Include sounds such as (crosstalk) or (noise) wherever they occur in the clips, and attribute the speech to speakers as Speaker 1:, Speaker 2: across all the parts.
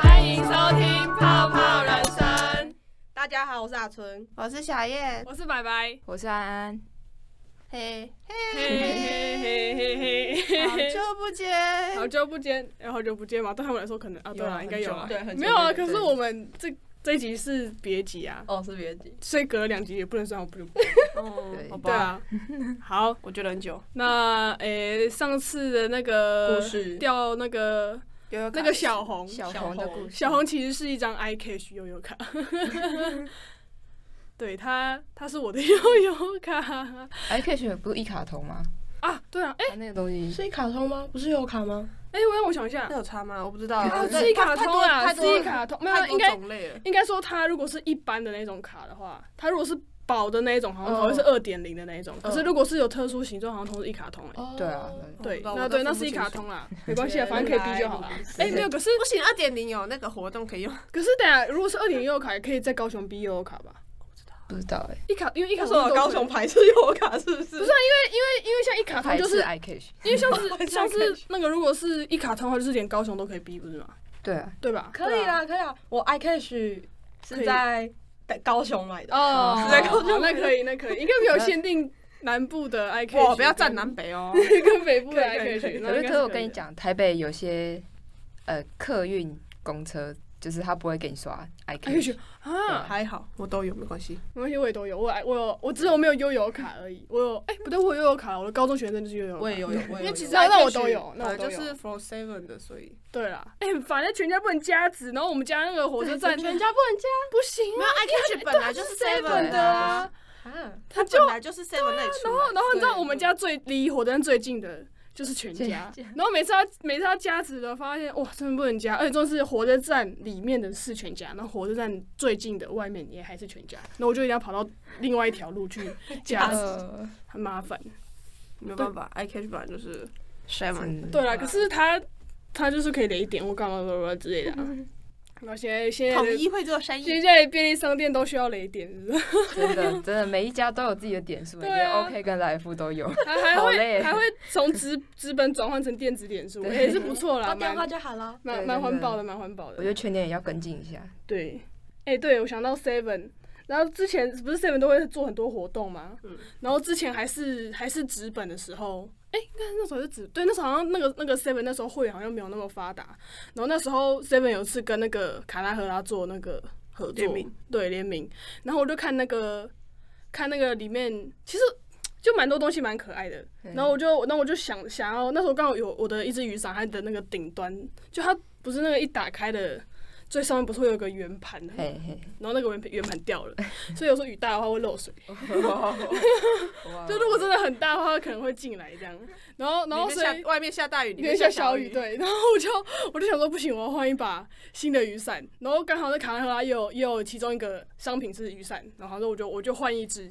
Speaker 1: 欢迎收听《泡泡人生》，
Speaker 2: 大家好，我是阿春。
Speaker 3: 我是小燕，
Speaker 1: 我是白白，
Speaker 4: 我是安安，
Speaker 3: 嘿，
Speaker 1: 嘿嘿嘿嘿
Speaker 3: 好
Speaker 1: 嘿
Speaker 3: 久
Speaker 1: 嘿。
Speaker 3: 不见，
Speaker 1: 好久不见，哎好久不见嘛，对他们来说可能啊，对啊，应该有啊
Speaker 4: 很，
Speaker 2: 对，很久
Speaker 1: 没有啊。
Speaker 2: 没见
Speaker 1: 可是我们这这一集是别集啊，
Speaker 2: 哦，是别急。
Speaker 1: 所以隔了两集也不能算我不
Speaker 4: 对
Speaker 2: 哦
Speaker 1: 对，啊，好，我觉得很久。那诶、上次的那个
Speaker 2: 故事
Speaker 1: 掉那个
Speaker 3: 有有
Speaker 1: 那个小红，
Speaker 4: 小
Speaker 2: 小
Speaker 4: 红的
Speaker 2: 红
Speaker 4: 故事，
Speaker 1: 小红其实是一张 iCash 悠悠
Speaker 2: (laughs)
Speaker 1: 卡，对，它它是我的 (laughs) 悠悠卡
Speaker 4: 哎，Cash 不是一卡通吗？
Speaker 1: 啊，对啊，哎、
Speaker 4: 它那个东西，
Speaker 2: 是一卡通吗？不是有卡吗？
Speaker 1: 哎、我让我想一下
Speaker 3: 那，有差吗？我不知道，
Speaker 1: 啊，
Speaker 3: 我
Speaker 1: 是一卡
Speaker 3: 太
Speaker 1: 通
Speaker 3: 多
Speaker 1: 啊，
Speaker 3: 太多
Speaker 1: 是一卡通，没有，
Speaker 3: 太
Speaker 1: 应
Speaker 3: 多
Speaker 1: 该
Speaker 3: 种类了。
Speaker 1: 应该说它如果是一般的那种卡的话，它如果是薄的那一种，好像好像是二点零的那一种，可是如果是有特殊形状，好像通是一卡通哎、
Speaker 2: 哦
Speaker 4: 对啊，
Speaker 1: 对，
Speaker 3: 我不知道
Speaker 1: 那
Speaker 3: 我都
Speaker 1: 对，那
Speaker 3: 分不
Speaker 1: 是一
Speaker 3: 清
Speaker 1: 卡
Speaker 3: 楚
Speaker 1: 通啦，没关系啊，反正可以逼就好
Speaker 3: (laughs)
Speaker 1: 啦。哎、没有，可是
Speaker 3: 不行，二点零哦有那个活动可以用，
Speaker 1: 可是等下，如果是二点悠游卡，也可以在高雄逼悠游卡吧？
Speaker 4: 不知道哎，
Speaker 1: 一卡，因为一卡
Speaker 2: 那
Speaker 1: 通
Speaker 2: 时候
Speaker 1: 都
Speaker 2: 高
Speaker 1: 可以
Speaker 2: 雄牌是有卡，是不是？
Speaker 1: 因
Speaker 2: 不是，
Speaker 1: 为像一
Speaker 2: 啊
Speaker 1: 卡通
Speaker 4: 还
Speaker 1: 就是是，
Speaker 4: i Cash，
Speaker 1: 因为像
Speaker 2: 我知
Speaker 1: 是
Speaker 2: 道
Speaker 1: 像
Speaker 2: 可以
Speaker 1: 是那个，如果是一卡通的话，就是连高雄都可以逼，不是吗？
Speaker 4: 对啊，
Speaker 1: 对吧？啊
Speaker 2: 可以啦，可以啦。我 iCash
Speaker 1: 可
Speaker 2: 是
Speaker 1: 以
Speaker 2: 在高雄买的，
Speaker 1: 哦
Speaker 4: 是
Speaker 1: 在
Speaker 4: 在
Speaker 1: 高
Speaker 2: 高
Speaker 1: 雄
Speaker 2: 雄
Speaker 1: 那可以，那可以，应该没有限定南部的 I K，
Speaker 3: 哇，不要站南北哦。
Speaker 1: 跟北部的 I
Speaker 2: 可
Speaker 1: K
Speaker 2: 以可以可以
Speaker 1: 去。
Speaker 4: 可是可
Speaker 1: 可
Speaker 4: 是我跟你，讲，台北有些呃客运公车，就是他不会给你刷 i
Speaker 1: i K
Speaker 4: Cash，
Speaker 1: 去啊，
Speaker 3: 还好，我都有，没关系。
Speaker 1: 没关系，我也都有，我有我有我只有没有悠游卡而已，我有哎不对，我有悠游卡，我的高中学生就是悠游卡，
Speaker 2: 我也有，有，我也有。
Speaker 3: 因为其实
Speaker 1: 那那我
Speaker 3: iCash
Speaker 1: 都有那我
Speaker 3: 本来
Speaker 1: 都
Speaker 3: 就
Speaker 1: 有
Speaker 3: 是 For Seven 的，所以
Speaker 1: 对啦，哎反正全家不能加值，然后我们家那个火车站
Speaker 2: 全家不能
Speaker 1: 不行啊
Speaker 3: 没有 iCash 本来就是
Speaker 1: (laughs) Seven
Speaker 3: Seven
Speaker 1: 的啊。
Speaker 2: 加啊。
Speaker 3: 它本来就是啊 Seven 那里出
Speaker 1: 然后，
Speaker 3: 来。
Speaker 1: 然后你知道
Speaker 2: 对
Speaker 1: 我们家最离火车站最近的就是全家，然后每次要每次要加值的，发现哇，真的不能加，而且就是火车站里面的是全家，然后火车站最近的外面也还是全家，那我就一定要跑到另外一条路去加值，
Speaker 4: 呃，
Speaker 1: 很麻烦。
Speaker 3: 没办法，iCash 本来就是 Seven。
Speaker 4: 嗯
Speaker 1: 对啦，可是他他就是可以累一点或干嘛什么之类的、啊， (laughs) 然后现在现在
Speaker 3: 啊统
Speaker 1: 的
Speaker 3: 一会做生
Speaker 1: 现
Speaker 3: 意，
Speaker 1: 在便利商店都需要雷点，是不是 (laughs)
Speaker 4: 真的真的每一家都有自己的点数，
Speaker 1: 对
Speaker 4: 连
Speaker 1: 啊
Speaker 4: OK 跟来福都有，
Speaker 1: 还还
Speaker 4: 好
Speaker 1: 会
Speaker 4: 累
Speaker 1: 还会从纸纸本转换成电子点数，
Speaker 4: 对
Speaker 1: 也是不错啦，
Speaker 2: 打电
Speaker 1: 蛮
Speaker 2: 话就好了。
Speaker 1: 蛮
Speaker 4: 对
Speaker 1: 蛮
Speaker 4: 真
Speaker 1: 环
Speaker 4: 的
Speaker 1: 保的，蛮环保的。
Speaker 4: 我觉得全年也要跟
Speaker 1: (laughs)
Speaker 4: 进一下，
Speaker 1: 对，哎、对我想到 Seven，然后之前不是 Seven 都会做很多活动吗？
Speaker 3: 嗯
Speaker 1: 然后之前还是还是纸本的时候，哎、应该那时候是纸，对，那时候好像那个那个 Seven 那时候会员好像没有那么发达，然后那时候 Seven 有一次跟那个卡拉赫拉做那个合
Speaker 3: 联
Speaker 1: 作
Speaker 3: 名，
Speaker 1: 对联名，然后我就看那个看那个里面，其实。就蛮多东西蛮可爱的，
Speaker 4: 对
Speaker 1: 然后我就，那我就想想要，那时候刚好有我的一只雨伞，它的那个顶端，就它不是那个一打开的，最上面不是会有个圆盘的吗，
Speaker 4: 嘿嘿，
Speaker 1: 然后那个圆盘圆盘掉了，所以有时候雨大的话会漏水，
Speaker 4: 哇
Speaker 1: 就如果真的很大的话，它可能会进来这样。然后然后
Speaker 3: 里
Speaker 1: 所
Speaker 3: 面
Speaker 1: 以
Speaker 3: 下外面下大雨，里
Speaker 1: 有点
Speaker 3: 面
Speaker 1: 下小
Speaker 3: 小
Speaker 1: 雨，。对，然后我就我就想说不行，我要换一把新的雨伞。然后刚好在卡拉赫拉也有也有其中一个商品是雨伞，然后我就我就换一只，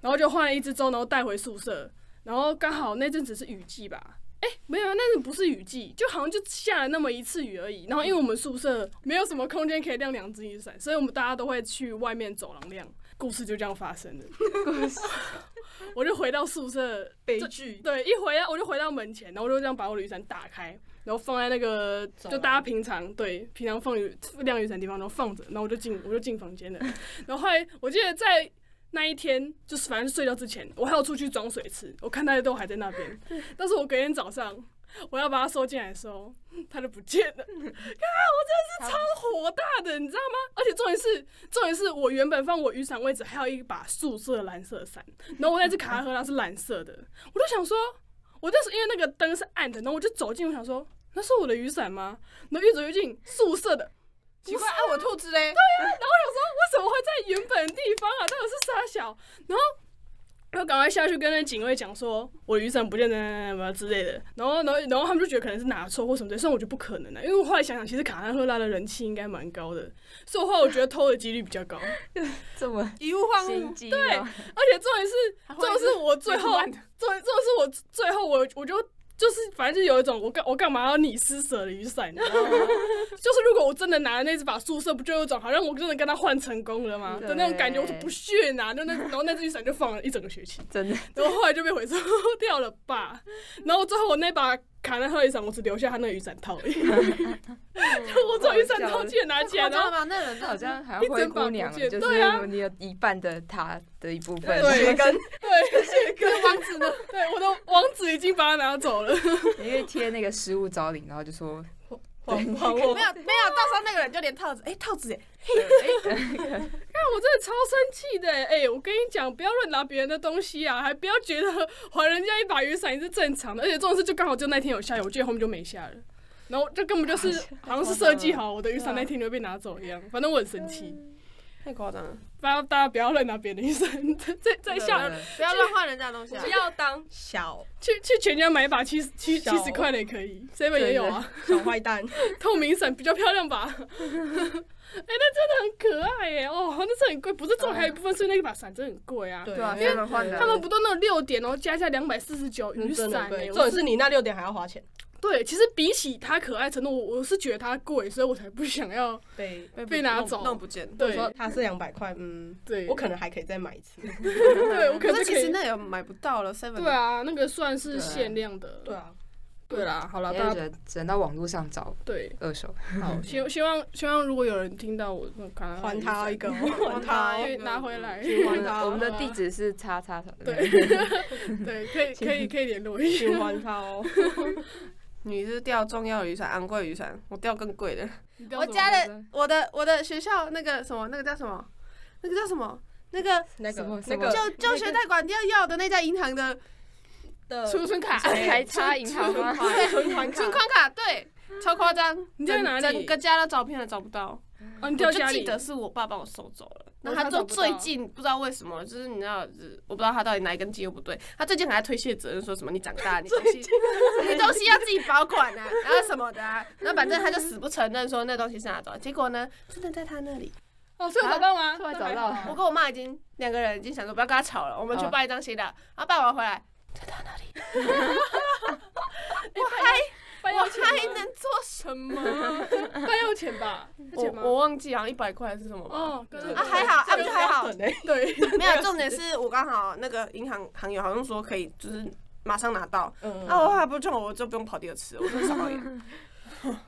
Speaker 1: 然后就换了一只之后，然后带回宿舍，然后刚好那阵子是雨季吧。哎、没有，那阵不是雨季，就好像就下了那么一次雨而已。然后因为我们宿舍没有什么空间可以晾两只雨伞，所以我们大家都会去外面走廊晾。故事就这样发生了。 (laughs) 我就回到宿舍，
Speaker 2: 悲剧。
Speaker 1: 对，一回到我就回到门前，然后我就这样把我的雨伞打开，然后放在那个
Speaker 2: 走
Speaker 1: 就
Speaker 2: 廊
Speaker 1: 大家平常对平常放雨晾雨伞的地方，然后放着，然后我就进我就进房
Speaker 2: (laughs)
Speaker 1: 间了。然后后来我记得在那一天，就是反正睡觉之前，我还有出去装水池，我看大家都还在那
Speaker 2: (laughs)
Speaker 1: 边，但是我隔天早上。我要把它收进来的时候，它就不见
Speaker 2: (laughs)
Speaker 1: 了。看，我真的是超火大的，你知道吗？而且重点是，重点是我原本放我雨伞位置还有一把素色蓝色的伞，然后我那只卡拉赫拉是蓝色的，我就想说，我那时候因为那个灯是暗的，然后我就走近，我想说那是我的雨伞吗？然后越走越近，素色的， (laughs)
Speaker 3: 奇怪，啊，我兔子嘞？
Speaker 1: 为什么会在原本的地方啊？到底是傻小？然后。然后赶快下去跟那警卫讲说，我雨伞不见了之类的。然后，然后，然后他们就觉得可能是拿错或什么之类，虽然我觉得不可能的、啊因为我后来想想，其实卡纳赫拉的人气应该蛮高的，所以后来我觉得偷的几率比较高。而
Speaker 4: 这么
Speaker 3: 以物换物
Speaker 4: 心，机，哦对，
Speaker 1: 且重点是，
Speaker 3: 还会
Speaker 1: 这是我最后，
Speaker 3: 还
Speaker 1: 这这是我最后我我就就是反正就是有一种我干我干嘛要你施舍的雨伞，你知道吗？ (laughs) 就是如果我真的拿了那只把宿舍，不就有一种好像我真的跟他换成功了吗的那种感觉，我就不屑拿，就那然后那只雨伞就放了一整个学期，
Speaker 4: 真的
Speaker 1: 然后后来就被回收掉了吧。然后最后我那把卡纳赫雨伞，我只留下他那个雨伞套而已， (laughs) 就我把雨伞套竟然拿起来，然后
Speaker 3: 吗？那人
Speaker 4: 好像还
Speaker 1: (laughs)
Speaker 4: 要
Speaker 1: 一
Speaker 4: 灰
Speaker 1: 整把
Speaker 4: 姑娘
Speaker 1: 不
Speaker 4: 了，
Speaker 1: 见
Speaker 4: 就
Speaker 1: 对啊
Speaker 4: 是你有一半的她的一部分。
Speaker 1: 对
Speaker 2: 鞋跟
Speaker 1: 对，跟王子呢？对，我的王子已经把它拿走了。
Speaker 4: 因为贴那个失物招领，然后就说
Speaker 2: 还还我
Speaker 3: 没有没有，到时候那个人就连套子，哎，套子耶，
Speaker 1: 我真的超生气的、欸，哎、我跟你讲，不要乱拿别人的东西啊，还不要觉得还人家一把雨伞也是正常的，而且这种事就刚好就那天有下雨，我记得后面就没下了，然后这根本就是 (laughs) 好像是设计好嗯我的雨伞那天就会被拿走一样，反正我很生气，
Speaker 3: 太夸张了，
Speaker 1: 大家大家不要乱拿别人的雨伞， (laughs) 在在下
Speaker 4: 呃
Speaker 3: 不要乱换人家的东西啊
Speaker 2: 不！要当小
Speaker 1: 去去全家买一把七十七
Speaker 2: 小
Speaker 1: 七十块的也可以，seven 也有啊，
Speaker 2: 小坏蛋，
Speaker 1: (laughs) 透明伞比较漂亮吧。 (laughs) 哎、那真的很可爱耶、哦，那是很贵，不是这种，还有一部分是那把伞真的很贵啊。
Speaker 2: 对
Speaker 3: 对啊，
Speaker 2: 因为
Speaker 3: 乱换的，
Speaker 1: 他们不都那种六点，然后加一下两百四十九雨
Speaker 2: 真的
Speaker 1: 伞、
Speaker 2: 贵，
Speaker 1: 欸，
Speaker 2: 重
Speaker 1: 我
Speaker 2: 点是你那六点还要花钱，
Speaker 1: 对，其实比起它可爱程度，我我是觉得它贵，所以我才不想要。
Speaker 2: 对，
Speaker 1: 被拿走
Speaker 3: 弄不见。
Speaker 1: 对
Speaker 2: 说它是两百块，嗯，
Speaker 1: (laughs) 对，
Speaker 2: 我可能还可以再买一次，
Speaker 1: 对我可
Speaker 3: 可
Speaker 1: 能可
Speaker 3: 是其实
Speaker 1: 以。
Speaker 3: 那也买不到了，seven
Speaker 1: 对啊，那个算是
Speaker 4: 对
Speaker 1: 限量的。
Speaker 2: 对啊，
Speaker 1: 对啦，好啦，
Speaker 4: 现
Speaker 1: 大
Speaker 4: 在只
Speaker 1: 家
Speaker 4: 能只能到网络上找
Speaker 1: (laughs) 对，
Speaker 4: 二手。
Speaker 1: 好，希希望希望如果有人听到我，那看到
Speaker 2: 还
Speaker 1: 他
Speaker 2: 他一个，还他
Speaker 1: 可以哦拿回来。
Speaker 2: 循环
Speaker 4: 我
Speaker 2: 他，
Speaker 4: 们的地址是叉叉叉。
Speaker 1: 对， (laughs) 对，可 (laughs) 以可以可以联络一下。
Speaker 2: 循环他哦，
Speaker 3: 你是掉重要的雨伞、昂贵的雨伞，我掉更贵的。
Speaker 1: 你不要
Speaker 3: 我
Speaker 1: 走
Speaker 3: 家
Speaker 1: 了
Speaker 3: 的我的我的学校那个什么那个叫什么那个叫什么那个
Speaker 2: 那
Speaker 4: 什
Speaker 2: 个
Speaker 4: 么什
Speaker 2: 呃那
Speaker 4: 么
Speaker 2: 个
Speaker 3: 就就学贷款要要的那家银行的
Speaker 2: 的哎
Speaker 1: 储存卡，哎
Speaker 4: 还差银行吗？
Speaker 2: 存款
Speaker 3: 存款卡，对，超夸张。
Speaker 1: 你在哪里
Speaker 3: 整整个家都找遍了找不到，
Speaker 1: 哦，你
Speaker 3: 我
Speaker 1: 掉
Speaker 3: 就
Speaker 1: 家
Speaker 3: 记
Speaker 1: 里。
Speaker 3: 得是我爸帮我收走了。
Speaker 1: 然
Speaker 3: 那
Speaker 1: 后他
Speaker 3: 他就
Speaker 1: 找不到
Speaker 3: 最近不知道为什么，就是你知道，就是我不知道他到底哪一根筋又不对。他最近还在推卸责任，说什么你长大，你东西你东西要自己保管啊，然后什么的啊。然后反正他就死不承认说那东西是他找的。结果呢，真的在他那里。
Speaker 1: 哦，所以我
Speaker 3: 啊
Speaker 1: 找到吗？
Speaker 4: 突然
Speaker 1: 那
Speaker 4: 找
Speaker 1: 还
Speaker 4: 到
Speaker 1: 好
Speaker 3: 我跟我妈已经两个人已经想说不要跟他吵了，我们去
Speaker 4: 哦
Speaker 3: 办一张新的。然后办完回来，在他那里，
Speaker 1: 半
Speaker 3: 我
Speaker 1: 药钱
Speaker 3: 还
Speaker 1: 吗
Speaker 3: 能做什么？
Speaker 1: 半药钱吧？要
Speaker 3: 我
Speaker 1: 钱吗
Speaker 3: 我忘记好像一百块还是什么吧。
Speaker 1: 哦，跟
Speaker 3: 啊还好啊不是还好
Speaker 2: 对，
Speaker 1: 对，
Speaker 3: (laughs) 没有，重点啊是我刚好那个银行行友好像说可以，就是马上拿到。
Speaker 2: 嗯
Speaker 3: 啊，我还不中，我就不用跑第二次，我真的傻爆 (laughs) 眼。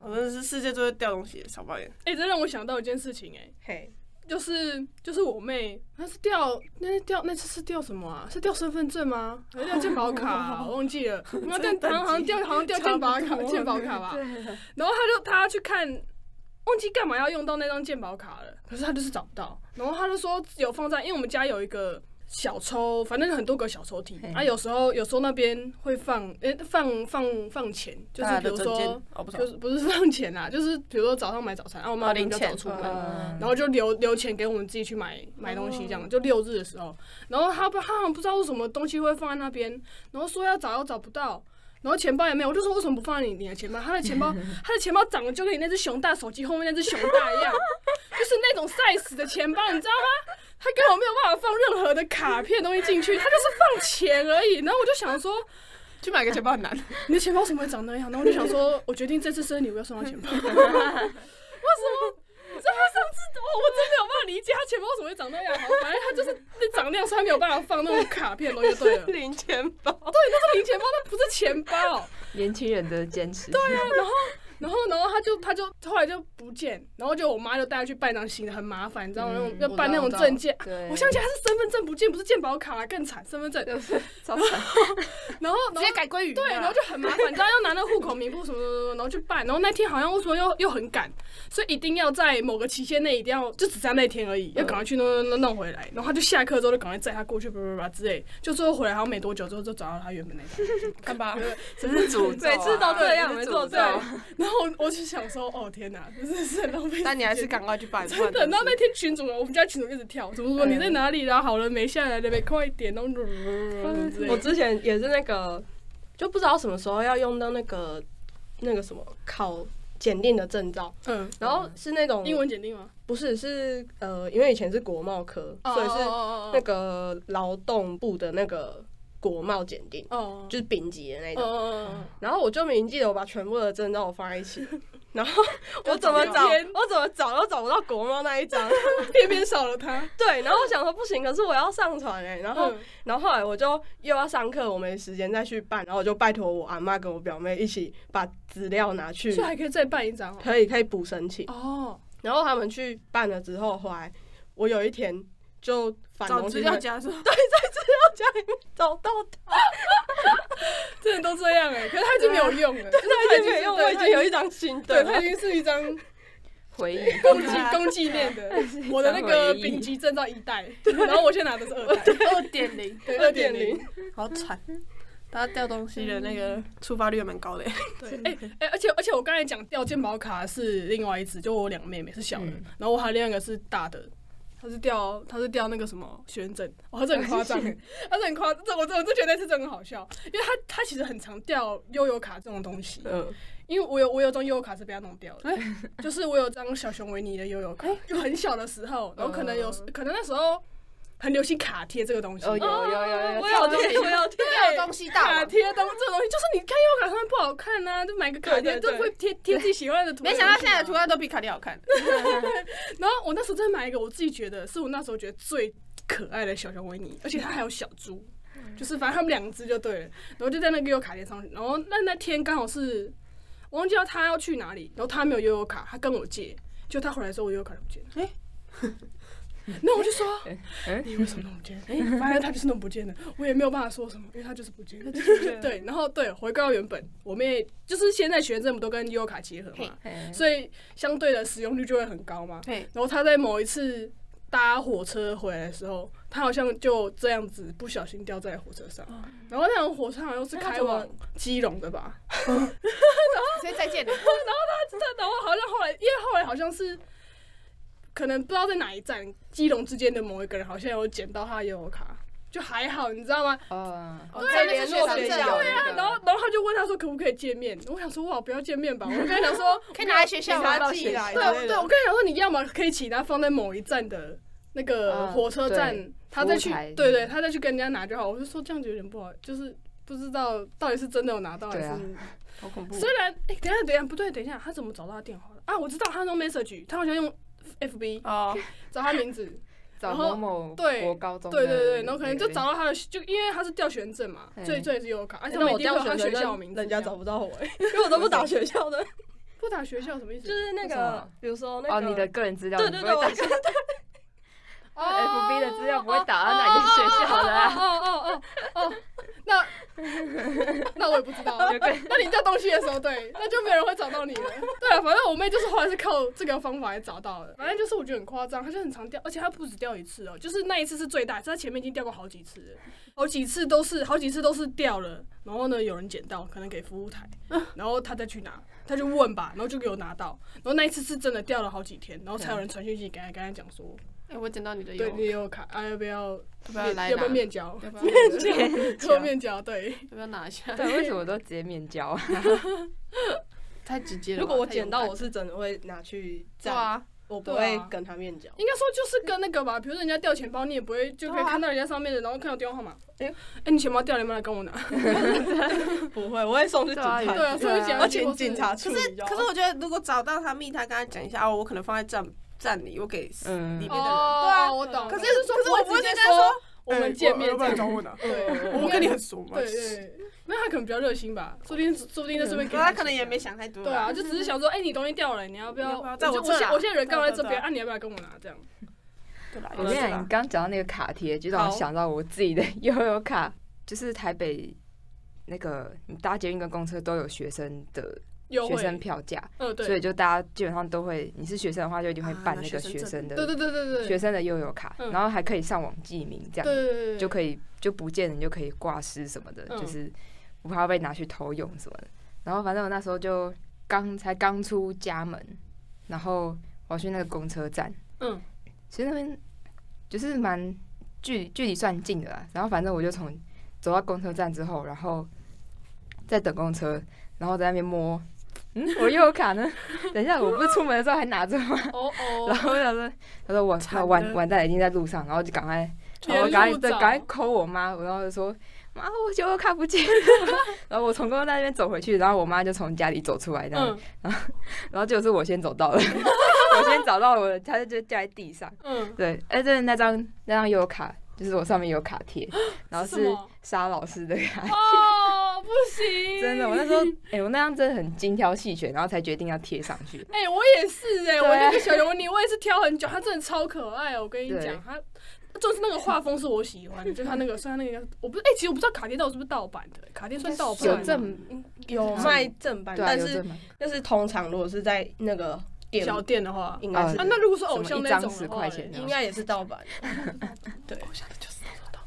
Speaker 3: 我真的是世界最会掉东西，傻爆眼。
Speaker 1: 哎、这让我想到一件事情、哎，
Speaker 2: 嘿，
Speaker 1: 就是就是我妹，她是掉那是掉那次是掉什么啊？是掉身份证吗？还是掉健保卡、啊我忘记了。
Speaker 3: (laughs)
Speaker 1: 然后但好像好像掉好像掉健保卡健保卡吧。 (laughs) 然后她就她去看，忘记干嘛要用到那张健保卡了，可是她就是找不到。然后她就说有放在，因为我们家有一个。小抽，反正很多个小抽屉
Speaker 4: 嘿，
Speaker 1: 啊，有时候有时候那边会放，诶、放放放钱，就是比如说，
Speaker 3: 哦不是
Speaker 1: 就，是不是放钱啦，就是比如说早上买早餐，啊然后我妈
Speaker 3: 哦
Speaker 1: 比较
Speaker 3: 零钱
Speaker 1: 早出门，
Speaker 4: 嗯
Speaker 1: 然后就留留钱给我们自己去买买东西，这样就六日的时候，然后她不她好像不知道为什么东西会放在那边，然后说要找又找不到。然后钱包也没有，我就说为什么不放在你你的钱包？她的钱包，她的钱包长得就跟你那只熊大手机后面那只熊大一样，就是那种 size 的钱包，你知道吗？她根本没有办法放任何的卡片东西进去，她就是放钱而已。然后我就想说，
Speaker 3: 去买个钱包很 (laughs) 难。
Speaker 1: 你的钱包为什么会长那样？然后我就想说，我决定这次生日礼物要送他钱包。为 (laughs) 什么？你知道他上次我我真的有办法理解他钱包为什么会长那样，好，反正他就是那长那样，所以他没有办法放那种卡片的东西就对了。
Speaker 2: 零钱包，
Speaker 1: 那是零钱包，那不是钱包。
Speaker 4: 年轻人的坚持。对啊，
Speaker 1: 然后，然后他就他就后来就不见，然后就我妈就带他去办张新的，很麻烦，你知道吗？那种
Speaker 4: 嗯
Speaker 1: 要办那种
Speaker 3: 我知道
Speaker 1: 证件。
Speaker 4: 对，
Speaker 1: 我想起来他是身份证不见，不是健保卡、啊更惨，身份证。
Speaker 4: 超惨。
Speaker 1: 然后，然后
Speaker 3: 改归于
Speaker 1: 对，然后就很麻烦，你知道要拿那个户口名簿什么什么什么，然后去办，然后那天好像为什么又又很赶，所以一定要在某个期限内，一定要就只在那天而已，要赶快去弄弄弄弄回来。然后他就下课之后就赶快载他过去，叭叭叭之类，就最后回来好像没多久之后就找到他原本那台。
Speaker 3: 看吧，
Speaker 4: 真是诅咒啊，
Speaker 2: 每次都这
Speaker 4: 真
Speaker 2: 样
Speaker 4: 是
Speaker 2: 没错
Speaker 4: 诅咒
Speaker 2: 这样
Speaker 1: 然后我我就想说，哦天哪，真的是很浪费。
Speaker 3: 但你还是赶快去办。
Speaker 1: 真的，然后那天群主，我们家群主一直跳，怎么说你在哪里啦？好了，没下来了，没快一点，然后之类
Speaker 2: 我
Speaker 1: 的
Speaker 2: 之前也是那个，就不知道什么时候要用到那个那个什么考检定的证照，
Speaker 1: 嗯，
Speaker 2: 然后是那种
Speaker 1: 英文检定吗？
Speaker 2: 不是是呃，因为以前是国贸科，所以是
Speaker 1: 哦
Speaker 2: 那个劳动部的那个。国贸检定，
Speaker 1: 哦，
Speaker 2: 就是丙级的那
Speaker 1: 哦
Speaker 2: 种。
Speaker 1: 哦
Speaker 2: 然后我就明明记得我把全部的证照放在一起，然后我怎么找，
Speaker 1: 就两边
Speaker 2: 我怎么找都找不到国贸那一张。
Speaker 1: 哦，偏偏少了他。
Speaker 2: 对，然后我想说不行，可是我要上传哎、然后
Speaker 1: 嗯
Speaker 2: 然后后来我就又要上课，我没时间再去办，然后我就拜托我阿妈跟我表妹一起把资料拿去
Speaker 1: 所以，还可以再办一张哦。
Speaker 4: 嗯
Speaker 2: 可以可以补申请。
Speaker 1: 哦，
Speaker 2: 然后他们去办了之后，后来我有一天就反
Speaker 3: 找
Speaker 2: 东
Speaker 3: 资
Speaker 2: 西
Speaker 3: 料 (laughs)
Speaker 2: 回
Speaker 3: 夹的时候，
Speaker 2: 找到
Speaker 1: 真的都这样哎、可是他已经没有用了，
Speaker 4: 啊
Speaker 1: 就是
Speaker 2: 他
Speaker 1: 他
Speaker 2: 已经没有，我已经有一张新
Speaker 1: 对
Speaker 2: 的
Speaker 1: 他已
Speaker 2: 了。
Speaker 1: 经是一张
Speaker 4: 回忆，
Speaker 1: 公纪
Speaker 4: 啊
Speaker 1: 公纪念的，
Speaker 4: (laughs)
Speaker 1: 我的那个
Speaker 4: 回忆
Speaker 1: 丙级证照一代，然后我现在拿的是二
Speaker 4: (laughs)
Speaker 1: 代，
Speaker 3: 二点零，
Speaker 1: 对
Speaker 2: 二
Speaker 1: 二
Speaker 2: 点
Speaker 1: 点
Speaker 2: 零
Speaker 1: 零，
Speaker 3: 好惨。大家掉东西的那个触发率还蛮高的，
Speaker 1: 对，哎、哎、而且而且我刚才讲掉健保卡是另外一只，就我两个妹妹是小的，
Speaker 4: 嗯
Speaker 1: 然后我还有另外一个是大的。她是掉，她是掉那个什么学生证，哇，这很夸张
Speaker 4: (laughs)
Speaker 1: 欸，她是很夸，这我这我就觉得那次真的很好笑，因为她她其实很常掉悠游卡这种东西，
Speaker 2: 嗯，
Speaker 1: 因为我有我有张悠游卡是被他弄掉
Speaker 3: 哎
Speaker 1: 的，就是我有张小熊维尼的悠游卡，就很小的时候，然后可能
Speaker 3: 哦
Speaker 1: 有、可能那时候很流行卡贴这个东西，
Speaker 4: 哦有有有有，
Speaker 2: 我
Speaker 4: 照
Speaker 2: 有
Speaker 4: 片
Speaker 2: 贴，我有贴，
Speaker 3: 掉东西到
Speaker 1: 卡
Speaker 3: 了。
Speaker 1: 贴东这个东西，就是你看悠游卡上面不好看呐、就买个卡贴
Speaker 2: 对对对
Speaker 1: 都会贴贴自己喜欢的图案啊
Speaker 3: 没
Speaker 1: 上去
Speaker 3: 想
Speaker 1: 嘛。
Speaker 3: 到现在的图案都比卡迪好看，
Speaker 1: 然后我那时候真的买一个，我自己觉得是我那时候觉得最可爱的小熊维尼，而且它还有小猪，就是反正他们两只就对了。然后就在那个悠游卡店上去，然后那那天刚好是我忘记了他要去哪里，然后他没有悠游卡，他跟我借，就他回来的时候我悠游卡就不见了。 (laughs) 那我就说，你为什么弄不见？哎、反正他就是弄不见了，我也没有办法说什么，因为他就是不见了。 (laughs) 对，然后对，回归到原本，我们也就是现在学政不都跟悠游卡结合
Speaker 3: 嘿
Speaker 1: 嘛，
Speaker 4: 哎
Speaker 1: 所以相对的使用率就会很高嘛。
Speaker 3: 对，
Speaker 1: 然后他在某一次搭火车回来的时候，他好像就这样子不小心掉在火车上，
Speaker 3: 哦
Speaker 1: 然后那辆火车好像是开往基隆的吧？
Speaker 3: 所以再见了。
Speaker 1: 真的，然后好像后来，因为后来好像是。可能不知道在哪一站，基隆之间的某一个人好像有捡到他的悠游卡，就还好，你知道吗？
Speaker 4: 哦，
Speaker 3: 对啊，那是学生
Speaker 2: 对
Speaker 3: 证
Speaker 2: 啊
Speaker 3: 啊，
Speaker 1: 对啊，然后然后他就问他说可不可以见面，我想说哇不要见面吧，我跟他讲说
Speaker 3: (laughs) 可以拿来学校吗
Speaker 2: 给？他寄来之类
Speaker 1: 对对，
Speaker 2: 的
Speaker 1: 我跟你讲说，你要么可以请他放在某一站的那个
Speaker 4: 嗯
Speaker 1: 火车站，他再去
Speaker 4: 服务台，
Speaker 1: 对
Speaker 2: 嗯
Speaker 1: 对，他再去跟人家拿就好。我就说这样子有点不好，就是不知道到底是真的有拿到还
Speaker 4: 对
Speaker 1: 是。
Speaker 4: 啊
Speaker 3: 好恐
Speaker 2: (laughs)
Speaker 3: 怖
Speaker 1: 虽然，哎、等一下等一下，不对，等一下，他怎么找到他电话的啊？我知道他用 message，他好像用 FB
Speaker 3: 哦，
Speaker 1: 找他名
Speaker 2: (laughs)
Speaker 1: 字，
Speaker 4: 找
Speaker 1: 然后
Speaker 4: 某某
Speaker 1: 对
Speaker 4: 国高中的
Speaker 1: 对
Speaker 4: 那
Speaker 1: 对
Speaker 4: 个，
Speaker 1: 对，然后可能就找到他的，就因为他是调学证嘛，
Speaker 4: 嗯
Speaker 1: 所以这也是有卡，而且
Speaker 2: 那
Speaker 1: 每
Speaker 2: 我
Speaker 1: 天
Speaker 2: 掉
Speaker 1: 都有他
Speaker 2: 学
Speaker 1: 学校
Speaker 2: 校
Speaker 1: 的名字，
Speaker 2: 人家找不到 (laughs) 我欸，因为我都不打学校的，
Speaker 1: 不打学校什么意思？
Speaker 2: (laughs) 就是那
Speaker 4: 为什
Speaker 2: 个
Speaker 4: 么，
Speaker 2: 比如说那个，
Speaker 4: 哦，你的个人资料，
Speaker 2: 对
Speaker 4: 你
Speaker 2: 对
Speaker 4: 不
Speaker 2: 对，
Speaker 4: 会
Speaker 2: 我
Speaker 4: 打
Speaker 2: 就
Speaker 4: FB 的资料不会打到哪间学校的啊，
Speaker 1: 哦哦哦哦，那那我也不知
Speaker 2: (laughs)
Speaker 1: 道。
Speaker 4: 就跟
Speaker 1: (laughs) 那你掉东西的时候，对，那就没有人会找到你了。对啊，反正我妹就是后来是靠这个方法来找到的。反正就是我觉得很夸张，她就很常掉，而且她不止掉一次哦，就是那一次是最大，是她前面已经掉过好几次了，好几次都是好几次都是掉了，然后呢有人捡到，可能给服务台，然后她再去拿，她就问吧，然后就给我拿到，然后那一次是真的掉了好几天，然后才有人传讯息给她，跟她讲说，
Speaker 3: 哎，我捡到你的油
Speaker 1: 对，你有卡，啊要不要
Speaker 3: 要不要来
Speaker 1: 要不要？
Speaker 3: 拿
Speaker 1: 面交？
Speaker 3: 要不要
Speaker 1: (laughs)
Speaker 3: (laughs)
Speaker 1: 做面交，对，
Speaker 3: 要不要拿一下？
Speaker 4: 对，为什么都直接面交啊？
Speaker 3: 太直接了吧。
Speaker 2: 如果我
Speaker 3: 太
Speaker 2: 捡
Speaker 3: 勇
Speaker 2: 到，
Speaker 3: 敢
Speaker 2: 我是真的会拿去
Speaker 3: 对
Speaker 2: 站，
Speaker 3: 啊，
Speaker 2: 我不
Speaker 1: 对
Speaker 2: 会
Speaker 1: 啊
Speaker 2: 跟他面交。
Speaker 1: 应该说就是跟那个吧，比如说人家掉钱包，你也不会就可以
Speaker 3: 嗯对啊
Speaker 1: 看到人家上面的，然后看到电话号码，哎、
Speaker 2: 哎呦
Speaker 1: 你钱包掉了，你们来跟我拿。
Speaker 2: (laughs) 不会，我会送去警察局，
Speaker 4: 对
Speaker 1: 对啊，所以讲
Speaker 2: 而且警察处
Speaker 3: 可是
Speaker 2: 理就好。
Speaker 3: 可是我觉得如果找到他密，他跟他讲一下哦，我可能放在站站里，我给里
Speaker 4: 嗯
Speaker 3: 面，
Speaker 1: 哦，
Speaker 3: 的人。对啊，
Speaker 1: 我懂。
Speaker 3: 可是
Speaker 1: 说
Speaker 3: 可是我不
Speaker 1: 会直
Speaker 3: 会
Speaker 1: 接
Speaker 3: 跟他说哎
Speaker 1: 我们见面，对
Speaker 3: 找我 (laughs) 呢？
Speaker 1: 对
Speaker 2: 我
Speaker 1: 跟你很
Speaker 3: 熟嘛
Speaker 1: 对对，那他可能比较热心吧，说不定说不定在顺便给
Speaker 3: 他
Speaker 1: 钱
Speaker 3: 可能也没。想太多。
Speaker 1: 对啊，，就只是想说，哎、你东西掉了，你要不
Speaker 3: 你
Speaker 1: 要
Speaker 3: 要？不要
Speaker 1: 我
Speaker 3: 在
Speaker 1: 就
Speaker 3: 我
Speaker 1: 我
Speaker 3: 这
Speaker 1: 现
Speaker 3: 啊
Speaker 1: 我现在人刚好在
Speaker 3: 对啊
Speaker 1: 这
Speaker 3: 对啊
Speaker 1: 边，啊，你要不要跟我拿？这样。
Speaker 3: 对啊啦，
Speaker 4: 我跟你讲，你刚刚讲到那个卡贴，就让我
Speaker 3: 好
Speaker 4: 想到我自己的 (laughs) 悠游卡，就是台北那个你搭捷运跟公车都有学生的
Speaker 1: 优
Speaker 4: 学
Speaker 1: 惠，
Speaker 4: 生票价，
Speaker 1: 嗯，对，
Speaker 4: 所以
Speaker 1: 对
Speaker 4: 就大家基本上都会，你是学生的话就一定会
Speaker 3: 啊
Speaker 4: 办
Speaker 3: 拿
Speaker 4: 那
Speaker 3: 学
Speaker 4: 个
Speaker 3: 生
Speaker 4: 学
Speaker 3: 证
Speaker 4: 生的
Speaker 1: 对对对对
Speaker 4: 学
Speaker 1: 对，
Speaker 4: 生的悠游卡，
Speaker 1: 嗯
Speaker 4: 然后还可以上网记名这
Speaker 1: 对
Speaker 4: 样。
Speaker 1: 对对，
Speaker 4: 就可以就不见了，你就可以挂失什么的，
Speaker 1: 嗯
Speaker 4: 就是不怕被拿去偷用什么的。然后反正我那时候就刚才刚出家门，然后我要去那个公车站，
Speaker 1: 嗯，
Speaker 4: 其实那边就是蛮距距离算近的啦。然后反正我就从走到公车站之后，然后在等公车，然后在那边摸，嗯，我悠游卡呢？ (laughs) 等一下，我不是出门的时候还拿着吗？ (laughs)
Speaker 1: 哦哦
Speaker 4: 然，后我想说，他说我
Speaker 3: 惨
Speaker 4: 那
Speaker 3: 了
Speaker 4: 完完蛋了，已经在路上，然后就赶快然后
Speaker 1: 连
Speaker 4: 赶快
Speaker 1: 路
Speaker 4: 对
Speaker 1: 找
Speaker 4: 赶快 call 我妈，然后就说妈，我酒又看不见了。然后我从公司那边走回去，然后我妈就从家里走出来，这样，
Speaker 1: 嗯
Speaker 4: 然后就是我先走到了， (laughs) 我先找到我的，她就就掉在地上。
Speaker 1: 嗯，
Speaker 4: 对，哎、对，那张那张有卡，就是我上面有卡贴，然后
Speaker 1: 是什
Speaker 4: 是 (laughs)
Speaker 1: 么
Speaker 4: 沙老师的卡，
Speaker 1: 哦，不行，
Speaker 4: 真的，我那时候，哎、我那张真的很精挑细选，然后才决定要贴上去。
Speaker 1: 哎、我也是哎、
Speaker 4: 对
Speaker 1: 我那个小龙女我也是挑很久，她真的超可爱哦、我跟你
Speaker 4: 对
Speaker 1: 讲，她就是那个画风是我喜欢的，就是她那
Speaker 4: (laughs)
Speaker 1: 个，虽然那个我不是哎、其实我不知道卡贴到底是不是盗版的、卡贴 (laughs) 算盗版
Speaker 4: 有
Speaker 1: 吗
Speaker 4: 正
Speaker 2: 有卖正版，
Speaker 4: 对啊，
Speaker 2: 但
Speaker 4: 有
Speaker 2: 是
Speaker 4: 正版，
Speaker 2: 但是通常如果是在那个店，
Speaker 1: 小店的话。
Speaker 2: 应该是
Speaker 4: 呃
Speaker 1: 啊，那如果是偶
Speaker 4: 什
Speaker 1: 像
Speaker 4: 么
Speaker 1: 那
Speaker 4: 一张
Speaker 1: 种
Speaker 4: 十
Speaker 1: 的话
Speaker 4: 块
Speaker 1: 嘞，
Speaker 4: 钱这
Speaker 2: 应
Speaker 4: 样，
Speaker 2: 该也是盗版，
Speaker 1: 对，偶像的就是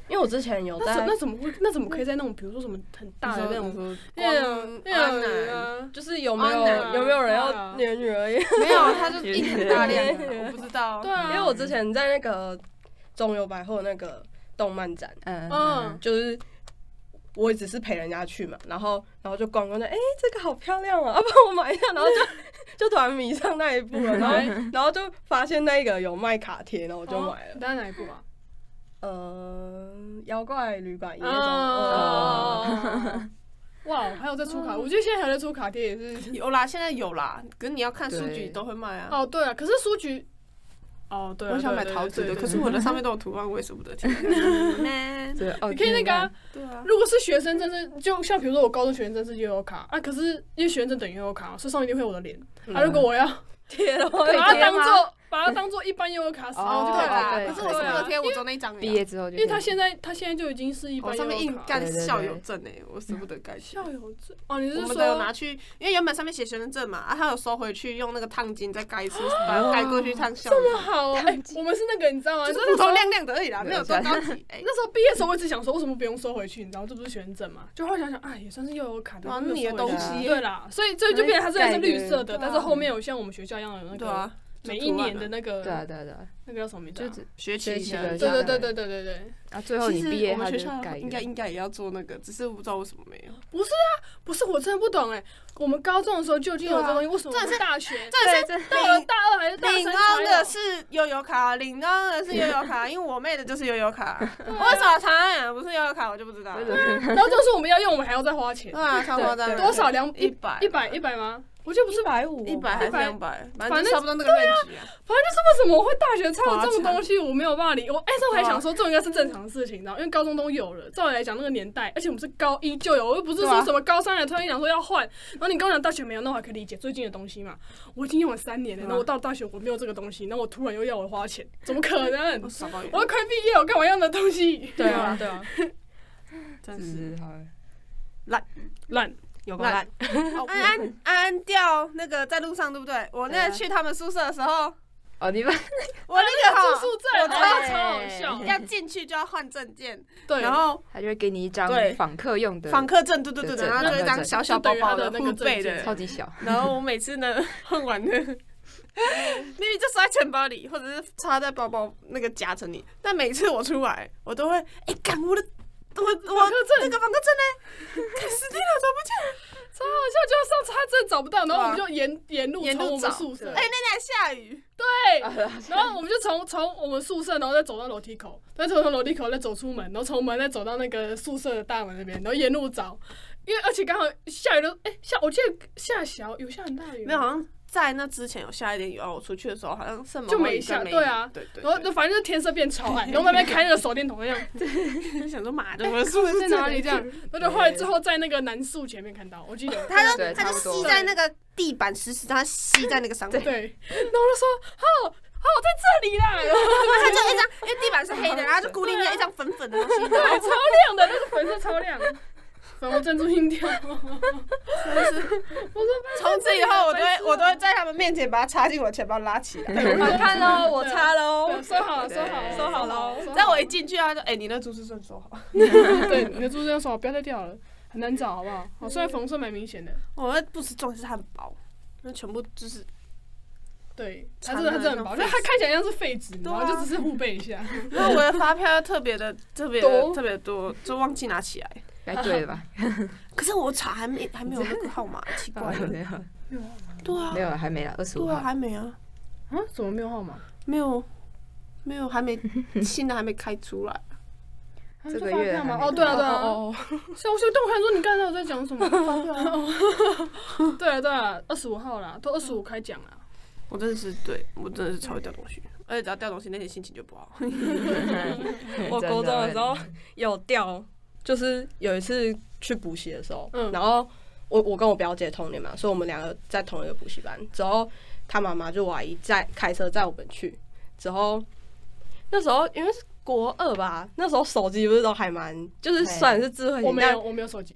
Speaker 2: 因为我之前有
Speaker 1: 那怎
Speaker 2: 在
Speaker 1: 那怎么会？那怎么可以在那种比如说什么很大的那种
Speaker 3: 种
Speaker 1: 那
Speaker 2: 啊
Speaker 1: 种那
Speaker 3: 安
Speaker 1: 种
Speaker 3: 南，
Speaker 1: 啊？
Speaker 2: 就是有没
Speaker 1: 安
Speaker 2: 有
Speaker 1: 南
Speaker 2: 有没有
Speaker 1: 对
Speaker 2: 人
Speaker 1: 啊
Speaker 2: 要你的女儿？因
Speaker 3: (laughs) 没 (laughs) 有，啊他就印很大量啊，我不知道
Speaker 1: 对。啊，
Speaker 2: 为我之前在那个中友百货那个动漫展，
Speaker 4: 嗯
Speaker 1: 嗯
Speaker 4: 嗯，
Speaker 2: 就是我只是陪人家去嘛，然后然后就逛逛就，哎、这个好漂亮啊，啊 (laughs) 帮我买一下，然后就就突然迷上那一部了， (laughs) 然后然后就发现那个有卖卡贴，然后我就买了
Speaker 1: 你，当然哪一部啊？
Speaker 2: 呃，妖怪旅馆一那种，呃
Speaker 1: 啊，哇，还有在出卡，我觉得现在还有在出卡贴也是
Speaker 3: 有啦，现在有啦，可是你要看数据
Speaker 4: 对
Speaker 3: 都会卖啊。
Speaker 1: 哦，对了，可是书局，哦，对啊，
Speaker 3: 我想
Speaker 1: 对
Speaker 3: 买
Speaker 1: 对
Speaker 3: 桃子
Speaker 1: 对
Speaker 3: 的，
Speaker 1: 对
Speaker 3: 可是
Speaker 1: 对
Speaker 3: 我的上面都有图案，我也舍不
Speaker 1: (laughs)
Speaker 3: 得贴。Man，
Speaker 4: 对，哦，
Speaker 1: 你可以那个啊，
Speaker 3: 对啊，
Speaker 1: 如果是学生证是，就像比如说我高中学生证是悠游卡啊，可是因为学生证等于悠游卡，所以上面一定会有我的脸啊。如果我要
Speaker 2: 贴了，
Speaker 1: 把它
Speaker 4: 嗯贴
Speaker 1: 当
Speaker 4: 吗
Speaker 1: 做把它当做一般悠游卡使用就可以
Speaker 3: 对
Speaker 4: 哦
Speaker 1: 了
Speaker 3: 啦，
Speaker 4: 对
Speaker 1: 啊。
Speaker 3: 可是我舍
Speaker 1: 对
Speaker 3: 不
Speaker 1: 啊
Speaker 3: 得贴我只有那一张而已啊，
Speaker 4: (laughs) 毕业之后就可以，
Speaker 1: 因为他现在他现在就已经是一
Speaker 3: 我
Speaker 1: 般
Speaker 3: 上面
Speaker 1: 悠游
Speaker 3: 印
Speaker 1: 卡了
Speaker 3: 干
Speaker 4: 对对对
Speaker 3: 校友证哎，我舍不得盖起来。
Speaker 1: 校友证哦，你
Speaker 3: 我
Speaker 1: 是
Speaker 3: 们都有拿
Speaker 1: 说
Speaker 3: 去，因为原本上面写学生证嘛，啊，他有收回去，用那个烫金再盖一次，把它盖过去烫校
Speaker 1: 不哦
Speaker 3: 友，
Speaker 1: 好哦？哎，我们是那个你知道吗？
Speaker 3: 就
Speaker 1: 就是是那
Speaker 3: 普
Speaker 1: 时
Speaker 3: 通
Speaker 1: 候
Speaker 3: 亮亮的而已啦，没有多高级。
Speaker 1: (laughs)
Speaker 3: 哎，
Speaker 1: 那时候毕业的时候，我一直想说，为什么不用收回去？你知道，这不是学生证嘛？就后来想想，哎，也算是悠游卡的，
Speaker 3: 哇
Speaker 1: 没有
Speaker 3: 你的
Speaker 1: 收回去
Speaker 4: 东
Speaker 3: 西
Speaker 1: 对啦，所以这就变成它虽然是绿色的，
Speaker 3: 对啊
Speaker 1: 但是后面有像我们学校一样有那
Speaker 3: 对
Speaker 1: 个
Speaker 3: 啊，
Speaker 1: 每一年的那
Speaker 4: 对啊
Speaker 1: 个
Speaker 4: 对啊对啊，
Speaker 1: 那个叫什么名字
Speaker 4: 就
Speaker 1: 啊？
Speaker 4: 只
Speaker 3: 学期
Speaker 4: 学期的
Speaker 3: 的
Speaker 1: 对
Speaker 4: 校
Speaker 1: 对对
Speaker 4: 友
Speaker 1: 对对对对，
Speaker 4: 啊最
Speaker 1: 哦
Speaker 4: 后你毕业
Speaker 3: 我们
Speaker 4: 他
Speaker 3: 学
Speaker 4: 就
Speaker 3: 校
Speaker 4: 改一
Speaker 3: 应
Speaker 4: 个
Speaker 3: 该，应该也要做那个，只是我不知道为什么没有。
Speaker 1: 不是我真的不懂哎，我们高中的时候就已经有这
Speaker 3: 啊
Speaker 1: 个东西，为什么我们大学
Speaker 4: 对这
Speaker 1: 到了大二还是大三
Speaker 3: 领
Speaker 1: 才
Speaker 3: 到
Speaker 1: 有
Speaker 3: 的？是悠游卡，领到的是悠游卡， (laughs) 因为我妹的就是悠游卡，我找长按不是悠游卡，我就不知道了。
Speaker 1: 然后就是我们要用，我们还要再花钱，
Speaker 3: 啊，超夸张的，
Speaker 1: 多少两
Speaker 3: 一
Speaker 1: 一
Speaker 3: 百
Speaker 1: 一百一百吗？我觉得不是
Speaker 2: 一
Speaker 1: 吧？
Speaker 2: 百五，
Speaker 3: 一百还是两百，反正差不多那个 range 啊。
Speaker 1: 反正就是为什么我会大学抄这种
Speaker 3: 花
Speaker 1: 东西，我没有办法理。我哎，这我还想说，这种应该是正常的事情，你知道吗，因为高中都有了。照理来讲，那个年代，而且我们是高一就有，我又不是
Speaker 3: 对
Speaker 1: 说
Speaker 3: 啊
Speaker 1: 什么高三了突然讲说要换。然后你跟我讲大学没有，那我还可以理解最近的东西嘛。我已经用了三年了，
Speaker 3: 对啊
Speaker 1: 然后我到大学我没有这个东西，然后我突然又要我花钱，怎么可能
Speaker 3: 我？少到
Speaker 1: 我都快毕业，我干嘛要那东西？
Speaker 2: 对啊对啊，
Speaker 3: 真是
Speaker 4: 是好
Speaker 1: (laughs)
Speaker 4: 了
Speaker 1: 烂，
Speaker 2: 有
Speaker 3: 够
Speaker 2: 够
Speaker 3: 烂
Speaker 2: 烂，
Speaker 3: 安安安安掉那个在路上对不对？我那
Speaker 4: 对啊
Speaker 3: 去他们宿舍的时候，
Speaker 4: 哦，你们
Speaker 3: 我那
Speaker 1: 住
Speaker 3: 个哈
Speaker 1: 宿证超
Speaker 3: 哎
Speaker 1: 超好笑。
Speaker 3: 要进去就要换证件，
Speaker 1: (laughs) 对，啊
Speaker 3: 然后
Speaker 4: 他就会给你一张
Speaker 3: 对
Speaker 4: 访客用的，
Speaker 3: 访客证，对对对
Speaker 4: 对
Speaker 3: 对，
Speaker 4: 对
Speaker 3: 然后就一张小小薄薄
Speaker 1: 就等
Speaker 3: 的
Speaker 1: 于他的那
Speaker 3: 护
Speaker 1: 个
Speaker 3: 背
Speaker 1: 证件
Speaker 3: 的
Speaker 4: 超，级小，
Speaker 3: 然后我每次呢换完呢，明明就塞钱包里，或者是插在包包那个夹层里，但每次我出来，我都会哎，干我的我我那个访客证呢？看死定了，找不见。
Speaker 1: 超好笑，就要上车，他真的找不到，然后我们
Speaker 3: 对
Speaker 1: 就沿沿路
Speaker 3: 沿路
Speaker 1: 从我
Speaker 3: 找
Speaker 1: 们宿舍，
Speaker 4: 对
Speaker 1: 哎
Speaker 3: 哎，那天还下雨，
Speaker 1: 然后我们就从从我们宿舍，然后再走到楼梯口，再从楼梯口再走出门，然后从门再走到那个宿舍的大门那边，然后沿路找，因为而且刚好下雨都哎、下，我记得下小有下很大雨吗
Speaker 3: 没有，好像在那之前有下一点雨，然后我出去的时候好像圣母
Speaker 1: 就
Speaker 3: 号
Speaker 1: 没
Speaker 3: 雨跟
Speaker 1: 下
Speaker 3: 雨
Speaker 1: 对啊
Speaker 3: 对对。
Speaker 1: 然后
Speaker 3: 对
Speaker 1: 就反正就天色变超暗，然后那边开那个手电筒那
Speaker 3: (laughs)
Speaker 1: 样，
Speaker 3: 就想说妈的，我的宿舍
Speaker 1: 在哪里这样？然后就后来之后在那个南宿前面看到，我记得。
Speaker 3: (laughs) 他就
Speaker 4: 对
Speaker 3: 他
Speaker 4: 差
Speaker 3: 就
Speaker 4: 不多
Speaker 3: 吸在那个地板湿湿，他吸在那个上面，
Speaker 1: 对，然后我就说哦哦在这里啦，然后
Speaker 3: (laughs) 他就一张，因为地板是黑的，然后就固定在一张粉粉的东西，然
Speaker 1: 对
Speaker 3: 后
Speaker 1: 超亮的，那个粉色超亮，粉红珍珠心 (laughs) 跳。
Speaker 3: (laughs) 从此以后我都
Speaker 1: 啊
Speaker 3: 会我都会在他们面前把它插进我钱包拉 (laughs) 起来，
Speaker 2: 我看喽，我擦喽
Speaker 1: 对，收好了，收好了，
Speaker 4: 对
Speaker 1: 收好了。
Speaker 3: 在 (laughs) 我一进去他就哎你那猪是算收好，
Speaker 1: (laughs)
Speaker 3: (laughs)
Speaker 1: 对，你的珠子要收好，不要再掉了，很难找，好不好？好，虽然缝色蛮明显的，
Speaker 3: 我那不是重点是它很薄，那全部 (laughs) 就是
Speaker 1: 对，它
Speaker 3: 长
Speaker 1: 真的它
Speaker 3: 得
Speaker 1: 真的很
Speaker 3: 像
Speaker 1: 薄，就
Speaker 3: 废
Speaker 1: 它看起来像是废纸，然后
Speaker 3: 对啊
Speaker 1: 就只是互背一下。
Speaker 3: 那我的发票要特别的、特别的、
Speaker 1: 多
Speaker 3: 特别多，就忘记拿起来。
Speaker 4: 该对了吧？
Speaker 3: 可是我查还没还没有那个号 (laughs) 码，奇怪了。
Speaker 4: 没有了
Speaker 3: 啊对啊
Speaker 4: 没，有了，还没了，二十五
Speaker 3: 对啊，
Speaker 4: 号，
Speaker 3: 还没啊，
Speaker 1: 啊？怎么没有号码？
Speaker 3: (laughs) 没有，没有，还没新的还没开出来。
Speaker 4: 这个月
Speaker 1: 发票吗
Speaker 4: 还没
Speaker 1: 哦对了
Speaker 4: 到
Speaker 1: 对了
Speaker 2: 哦，
Speaker 1: 所以我就但我想说，你刚才我在讲什么？
Speaker 3: 发票啊
Speaker 1: 对啊对啊，二十五号啦，都二十五开奖啊啦。
Speaker 3: 我真的是对我真的是超会掉东西，而且只要掉东西那天心情就不好。
Speaker 1: (laughs)
Speaker 2: 我
Speaker 4: 真
Speaker 2: 国中的时候
Speaker 4: 真的
Speaker 2: (laughs) 有掉，就是有一次去补习的时候，
Speaker 1: 嗯
Speaker 2: 然后我我跟我表姐同年嘛，所以我们两个在同一个补习班。之后她妈妈就我阿姨在开车载我们去，之后那时候因为是国二吧，那时候手机不是都还蛮，就是
Speaker 4: 对
Speaker 2: 虽然是智慧
Speaker 1: 我
Speaker 2: 型，
Speaker 1: 没
Speaker 2: 但
Speaker 1: 有，我没有手机。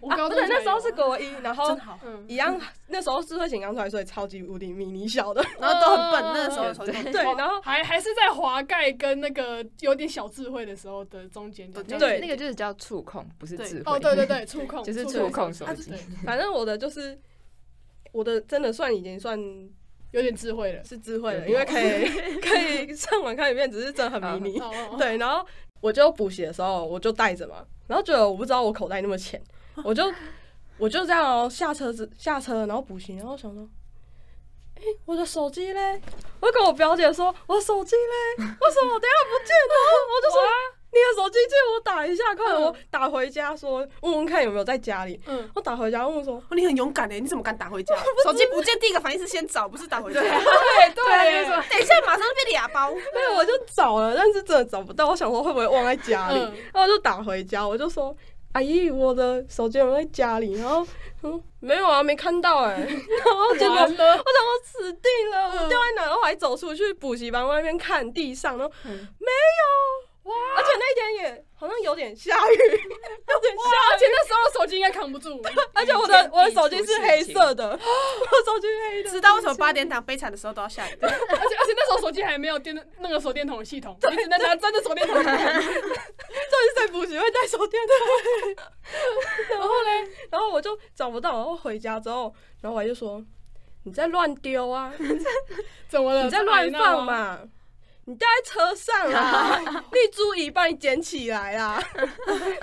Speaker 1: 我
Speaker 2: 嗯啊
Speaker 1: 高
Speaker 2: 不
Speaker 1: 中才
Speaker 2: 对，那时候
Speaker 1: 有
Speaker 2: 是国一，然后
Speaker 3: 好，
Speaker 1: 嗯，
Speaker 2: 一样，那时候智慧型刚出来，所以超级无敌迷你小
Speaker 1: (laughs)
Speaker 2: 的，
Speaker 3: 然后都很笨，那个时候手机都很
Speaker 2: 对，然后
Speaker 1: 还还是在滑盖跟那个有点小智慧的时候的中间这样。
Speaker 4: 那个
Speaker 2: 对
Speaker 4: 那个就是叫触控，不是
Speaker 3: 对
Speaker 4: 智慧。
Speaker 1: 哦，对对对，触控
Speaker 4: 就是
Speaker 1: 触
Speaker 4: 触控
Speaker 1: 手
Speaker 4: 手
Speaker 1: 机
Speaker 4: 机
Speaker 1: 对，
Speaker 2: 反正我的就是我的真的算已经算
Speaker 1: 有点智慧了。
Speaker 2: 是智慧的，
Speaker 4: 对
Speaker 2: 因为可以 (laughs) 可以上网看影片，只是真的很迷
Speaker 1: (laughs)
Speaker 2: 你。
Speaker 1: 哦
Speaker 2: (laughs)
Speaker 1: 哦，哦
Speaker 2: 对，然后我就补习的时候，我就带着嘛，然后觉得我不知道我口袋那么
Speaker 1: (laughs)
Speaker 2: 浅，我就我就这样、哦、下车子下车，然后补习，然后想说，哎、我的手机嘞？我就跟我表姐说，我的手机嘞，为什么我等一下不见了？ (laughs) 我就说。你的手机借我打一下，快点！我打回家说问问看有没有在家里。
Speaker 1: 嗯，
Speaker 2: 我打回家问问说，
Speaker 3: 哦你很勇敢嘞，你怎么敢打 (laughs) 回家？手机不见，第一个反应是先找，不是打回家。
Speaker 1: 对对，
Speaker 3: 对，等一下马上变哑包。
Speaker 2: (laughs) 对，我就找了，但是真的找不到。我想说会不会忘在家
Speaker 1: 嗯
Speaker 2: 里，然后我就打回家，我就说：“阿姨，我的手机有没有在家里？”然后嗯，没有啊，没看到哎、 (laughs) 然后结果我
Speaker 1: 完
Speaker 2: 想
Speaker 1: 了，
Speaker 2: 我死定了，我
Speaker 1: 嗯
Speaker 2: 掉在哪？然后我还走出去补习班外面看地上，然后没有
Speaker 1: 哇！
Speaker 2: 而且那一天也好像有点下雨，有点下
Speaker 1: 而且那时候手机应该扛不住。
Speaker 2: 而且我
Speaker 3: 天
Speaker 2: 的
Speaker 3: 地
Speaker 2: 我的手机
Speaker 3: 出
Speaker 2: 是
Speaker 3: 事
Speaker 2: 黑
Speaker 3: 情
Speaker 2: 色的，我手机是黑的。
Speaker 3: 知道为什么八点档悲惨的时候都要 (laughs) 下雨？
Speaker 1: 而且而且那时候手机还没有电那个手电筒的系统，你只能拿真的手电
Speaker 2: (laughs)
Speaker 1: 筒。
Speaker 2: 到底在补习会带手电筒？然后嘞，然后我就找不到，然后回家之后，然后我就说：“你在乱丢啊，
Speaker 1: 怎么了？
Speaker 2: 你在乱放
Speaker 1: 嘛？
Speaker 2: 嘛，你掉在车上
Speaker 1: (laughs)
Speaker 2: 啦，立珠椅帮你捡起来啦。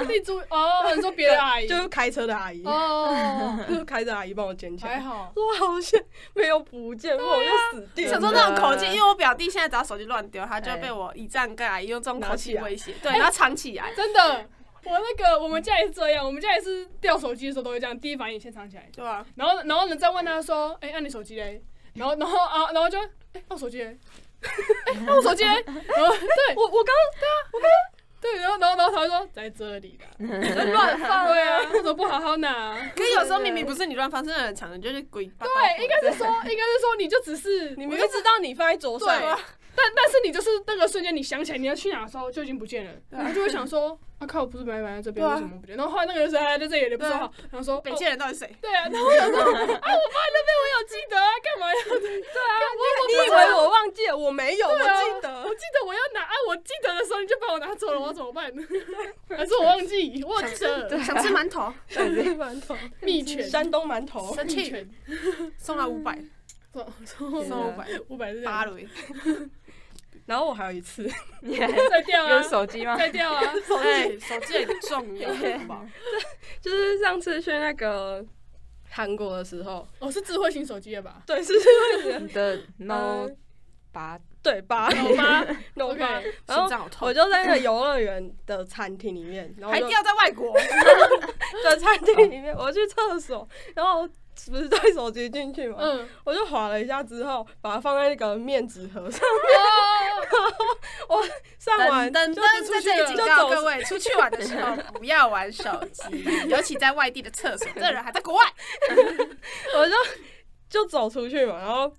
Speaker 1: 你注意哦，你说别的阿”姨
Speaker 2: (laughs) 就是开车的阿姨，
Speaker 1: 哦，
Speaker 2: 就是开车的阿姨帮我捡起
Speaker 1: 还
Speaker 2: 来。
Speaker 1: 好。啊
Speaker 2: 我好像没有不见，不然我就死定
Speaker 3: 想
Speaker 2: 了。
Speaker 3: 说那种口气，因为我表弟现在只要手机乱丢，他就
Speaker 4: 哎
Speaker 3: 被我姨丈跟阿姨用这种口气
Speaker 2: 拿起来
Speaker 3: 威胁， (laughs) 对，然后藏起来。
Speaker 1: 真的，我那个我们家也是这样，我们家也是掉手机的时候都会这样，第一反应先藏起来，
Speaker 3: 对啊吧？
Speaker 1: 然后然后呢再问他说，哎、按、你手机嘞？然后然后啊，然后就，哎、按我手机嘞？哎、按我手机嘞？然后对
Speaker 2: 我我刚
Speaker 1: 对，然后然后然后他会说在这
Speaker 2: (laughs)
Speaker 1: 里啦，乱放对啊，为什么不好好拿？
Speaker 3: 可是有时候明明不是你乱放，是人藏的，就是鬼八道。
Speaker 1: 对，应该是说应该是说你就只是
Speaker 2: 你明明知道你放在桌上，
Speaker 1: 对啊但但是你就是那个瞬间，你想起来你要去哪的时候就已经不见了，然后就会想说，啊靠，我不是本来买在这边，
Speaker 3: 对啊
Speaker 1: 为什么不见？然后后来那个人说，哎，在这里有点不说
Speaker 2: 啊
Speaker 1: 好，然后说，
Speaker 3: 北
Speaker 1: 哦
Speaker 3: 京人到底 (laughs) 谁？
Speaker 1: 对啊，然后我想说，啊，我放在那边，我有记得啊，干嘛要？对啊，我
Speaker 2: 你以为我忘记了？我没有，我
Speaker 1: 对啊
Speaker 2: 记得
Speaker 1: 我。我记得我要拿啊，我记得的时候你就把我拿走了，我要怎么
Speaker 3: (laughs)
Speaker 1: 办？还是我忘记，我有记得
Speaker 3: 想吃馒头，
Speaker 2: 馒
Speaker 1: (laughs)
Speaker 2: 头，
Speaker 1: 密拳，
Speaker 2: 山东馒头，
Speaker 3: 生
Speaker 1: 密
Speaker 3: 气
Speaker 1: 拳，
Speaker 3: 送他五 (laughs) 百，
Speaker 1: 送
Speaker 4: 天
Speaker 1: 送
Speaker 3: 送
Speaker 4: 哪
Speaker 3: 五百，
Speaker 1: 五百是这
Speaker 3: 八
Speaker 1: 样，
Speaker 3: 了耶。
Speaker 2: 然后我还有一次，
Speaker 4: 你还
Speaker 1: 再掉啊
Speaker 4: 用，手机吗？
Speaker 1: 再掉啊，
Speaker 3: 哎，手机很 (laughs) 重要，好不好？
Speaker 2: 就是上次去那个韩国的时候，
Speaker 1: 哦，是智慧型手机了吧？
Speaker 2: 对，是是
Speaker 4: 你的 no
Speaker 2: 呃
Speaker 4: 八
Speaker 2: 对
Speaker 3: (laughs)
Speaker 2: 吧？
Speaker 1: 有吗？
Speaker 2: 懂吧
Speaker 1: OK，？
Speaker 3: 心
Speaker 2: 然后
Speaker 3: 脏好
Speaker 2: 我
Speaker 3: 痛，
Speaker 2: 就在那个游乐园的餐厅里面，然后
Speaker 3: 还
Speaker 2: 我就
Speaker 3: 掉在外国。
Speaker 2: (laughs) 在餐厅里面，我去厕所，然后。不是 (laughs) 带手机进去嘛，
Speaker 1: 嗯，
Speaker 2: 我就划了一下之后，把它放在那个面纸盒上。上完
Speaker 3: 等哦等
Speaker 2: 就
Speaker 3: 等，
Speaker 2: 出
Speaker 3: 在
Speaker 2: 去
Speaker 3: 这
Speaker 2: 了
Speaker 3: 里警
Speaker 2: 就
Speaker 3: 告
Speaker 2: 走
Speaker 3: 各位，出去玩的
Speaker 2: (laughs)
Speaker 3: 时候不要玩手机，尤其在外地的厕所，这人还在
Speaker 2: (laughs)
Speaker 3: 国外。
Speaker 2: 我就就走出去嘛，然后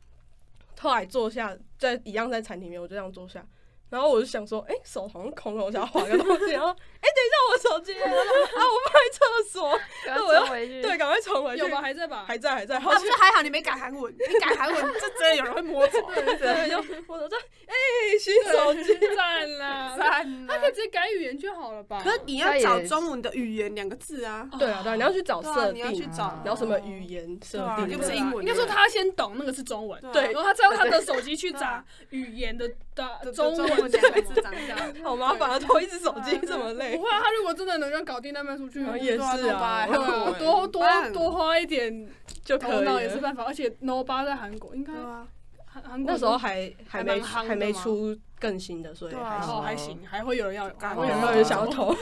Speaker 2: 后来坐下，在一样在餐厅里面，我就这样坐下，然后我就想说，哎、手好像空了，我想要划个东西，然后哎、诶等一下我手机，然后啊，我放在厕所，
Speaker 4: 赶
Speaker 2: 我
Speaker 4: 快
Speaker 2: 要
Speaker 4: 冲回去。
Speaker 2: 对，赶快冲回去
Speaker 1: 有，吧？还在吧？
Speaker 2: 还在还在，好
Speaker 3: 啊，不是还好你没改韩文，你改韩文，这真的有人会摸
Speaker 2: (laughs)
Speaker 3: 走。
Speaker 2: 对，就我就哎、新手机，
Speaker 1: 赞
Speaker 3: (laughs)
Speaker 1: 啦，
Speaker 3: 赞
Speaker 1: 他可以直接改语言就好了吧？
Speaker 3: 可是你要找中文的语言两个字啊，
Speaker 2: 对啊对啊，你要去找
Speaker 3: 对啊，
Speaker 2: 设
Speaker 3: 你要去
Speaker 2: 定，
Speaker 3: 找，
Speaker 2: 然后什么语言设
Speaker 3: 对啊
Speaker 2: 定，
Speaker 3: 又不是英文
Speaker 1: 应该说他先懂那个是中文，
Speaker 3: 对
Speaker 1: 然后他再用他的手机去找语言的的
Speaker 3: 对
Speaker 1: 中
Speaker 3: 中
Speaker 1: 文
Speaker 3: 文
Speaker 1: 是
Speaker 3: 的
Speaker 1: 什
Speaker 3: 两个字
Speaker 1: 么。
Speaker 3: 长这样。
Speaker 2: 好麻烦啊，拖一只手机这么累
Speaker 1: 不。会啊，他如果真的能让搞定那卖出去，
Speaker 2: 然后
Speaker 1: 对
Speaker 2: 也是啊，
Speaker 3: 对啊
Speaker 1: 啊，
Speaker 3: 很
Speaker 1: 多多
Speaker 3: 棒
Speaker 1: 多花一点
Speaker 2: 就
Speaker 1: 头
Speaker 2: 可以
Speaker 1: 脑也是
Speaker 2: 了。
Speaker 1: 办法。而且 No 八在韩国应该
Speaker 3: 对啊，
Speaker 1: 韩韩国
Speaker 2: 那时候还还
Speaker 1: 还蛮夯
Speaker 2: 没
Speaker 1: 的吗
Speaker 2: 还没出更新的，所以
Speaker 3: 对
Speaker 2: 还
Speaker 3: 啊
Speaker 2: 是
Speaker 1: 哦还行，还会有人要，还
Speaker 3: 干
Speaker 1: 会有
Speaker 2: 有
Speaker 1: 人
Speaker 2: 没
Speaker 1: 要
Speaker 2: 有
Speaker 4: 嘛
Speaker 2: 人
Speaker 1: 人
Speaker 2: (laughs) 想
Speaker 1: 想
Speaker 2: 要
Speaker 1: 要偷，
Speaker 2: 投？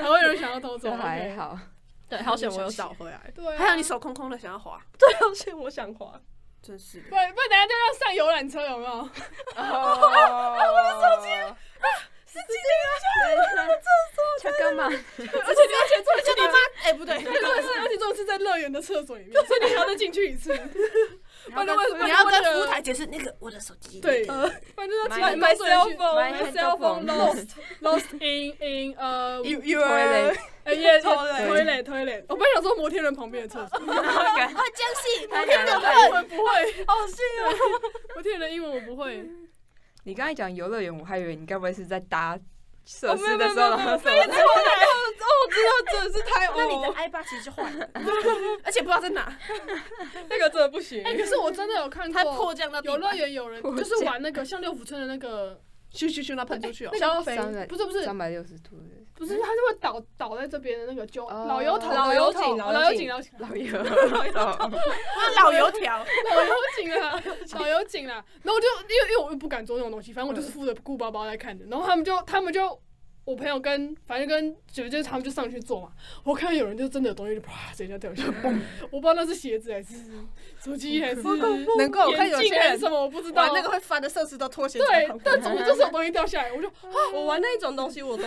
Speaker 1: 还会有人想要偷走，
Speaker 4: 这还。好，
Speaker 2: 对，好险我有找回来，
Speaker 1: 对啊，
Speaker 3: 还有你手空空的想要滑，
Speaker 2: 好险我想滑，
Speaker 3: 真是的
Speaker 1: 不。然不然等下就要上游览车，有没有？
Speaker 4: 我的手机啊，司机留下来了，厕所。
Speaker 1: 而且你而且重点是你妈，
Speaker 3: 哎，不对，
Speaker 1: 而且重点是而且重点是在乐园的厕所里面，所以你还要再进去一次。
Speaker 4: 你
Speaker 1: 不然就为
Speaker 3: 你要跟服务台解释那个我的手机。
Speaker 1: 对，
Speaker 2: 呃
Speaker 1: 反正要
Speaker 4: 买
Speaker 1: 骑很
Speaker 2: my
Speaker 1: 多岁去
Speaker 2: cell
Speaker 1: my cell phone
Speaker 2: phone，
Speaker 1: lost lost in in 呃
Speaker 2: ，you you
Speaker 4: Toilet
Speaker 2: (laughs) are
Speaker 1: 哎也
Speaker 2: Toilet
Speaker 1: 推垒推垒，我本来想说摩天轮旁边的厕所，
Speaker 3: 啊，江西，
Speaker 4: 他
Speaker 1: (laughs)
Speaker 3: 我
Speaker 4: 讲
Speaker 3: 听
Speaker 4: 得
Speaker 3: 得
Speaker 1: 英
Speaker 3: 懂。
Speaker 1: 文不会，
Speaker 2: 好幸
Speaker 1: 哦
Speaker 2: 运，
Speaker 1: 摩天轮英文我不会。
Speaker 4: 你刚才讲游乐园，我还以为你该不会是在搭设
Speaker 2: 哦没
Speaker 4: 施
Speaker 2: 有
Speaker 4: 的时候，然后什么
Speaker 2: 我知道真的是太
Speaker 3: 那你的
Speaker 2: 哦，
Speaker 3: i 八其实是坏的， (laughs) 而且不知道在哪，
Speaker 2: 那个真的不行
Speaker 1: 哎，可是我真的有看
Speaker 3: 它
Speaker 1: 过
Speaker 3: 迫降到地
Speaker 1: 游
Speaker 3: 板
Speaker 1: 乐园有人
Speaker 4: 我
Speaker 1: 就是玩那个像六福村的那个，
Speaker 2: 咻咻咻，那喷出去哦
Speaker 1: 那，
Speaker 2: 消费
Speaker 4: 三百
Speaker 1: 不是不是
Speaker 4: 三百六十度的
Speaker 1: 不是，他是会倒倒在这边的那个揪
Speaker 4: 哦
Speaker 1: 老油桶
Speaker 2: 老
Speaker 1: 油
Speaker 2: 油
Speaker 1: 桶
Speaker 2: 井
Speaker 1: 老
Speaker 2: 老油
Speaker 1: 井
Speaker 2: 井
Speaker 1: 老油井
Speaker 4: 老油，
Speaker 3: 老油条，
Speaker 1: 老油井
Speaker 2: (laughs)
Speaker 1: 啊，老油井啊。然后我就因为因为我又不敢做那种东西，反正我
Speaker 2: 嗯
Speaker 1: 就是负责顾包包在看的。然后他们就他们就我朋友跟反正跟姐姐他们就上去坐嘛，我看到有人就真的有东西就啪直接就掉下来，
Speaker 2: 嗯
Speaker 1: 嘣！我不知道那是鞋子还是手机还是
Speaker 2: 难怪我看有
Speaker 1: 眼
Speaker 2: 些
Speaker 1: 镜还是
Speaker 2: 人
Speaker 1: 什么，我不知道
Speaker 2: 玩那个。会翻的设施都拖鞋在
Speaker 1: 对
Speaker 2: 旁，
Speaker 1: 但
Speaker 2: 边
Speaker 1: 总之就是有东西掉下来，我就
Speaker 2: (laughs) 我玩那种东
Speaker 3: (laughs)
Speaker 2: 西我都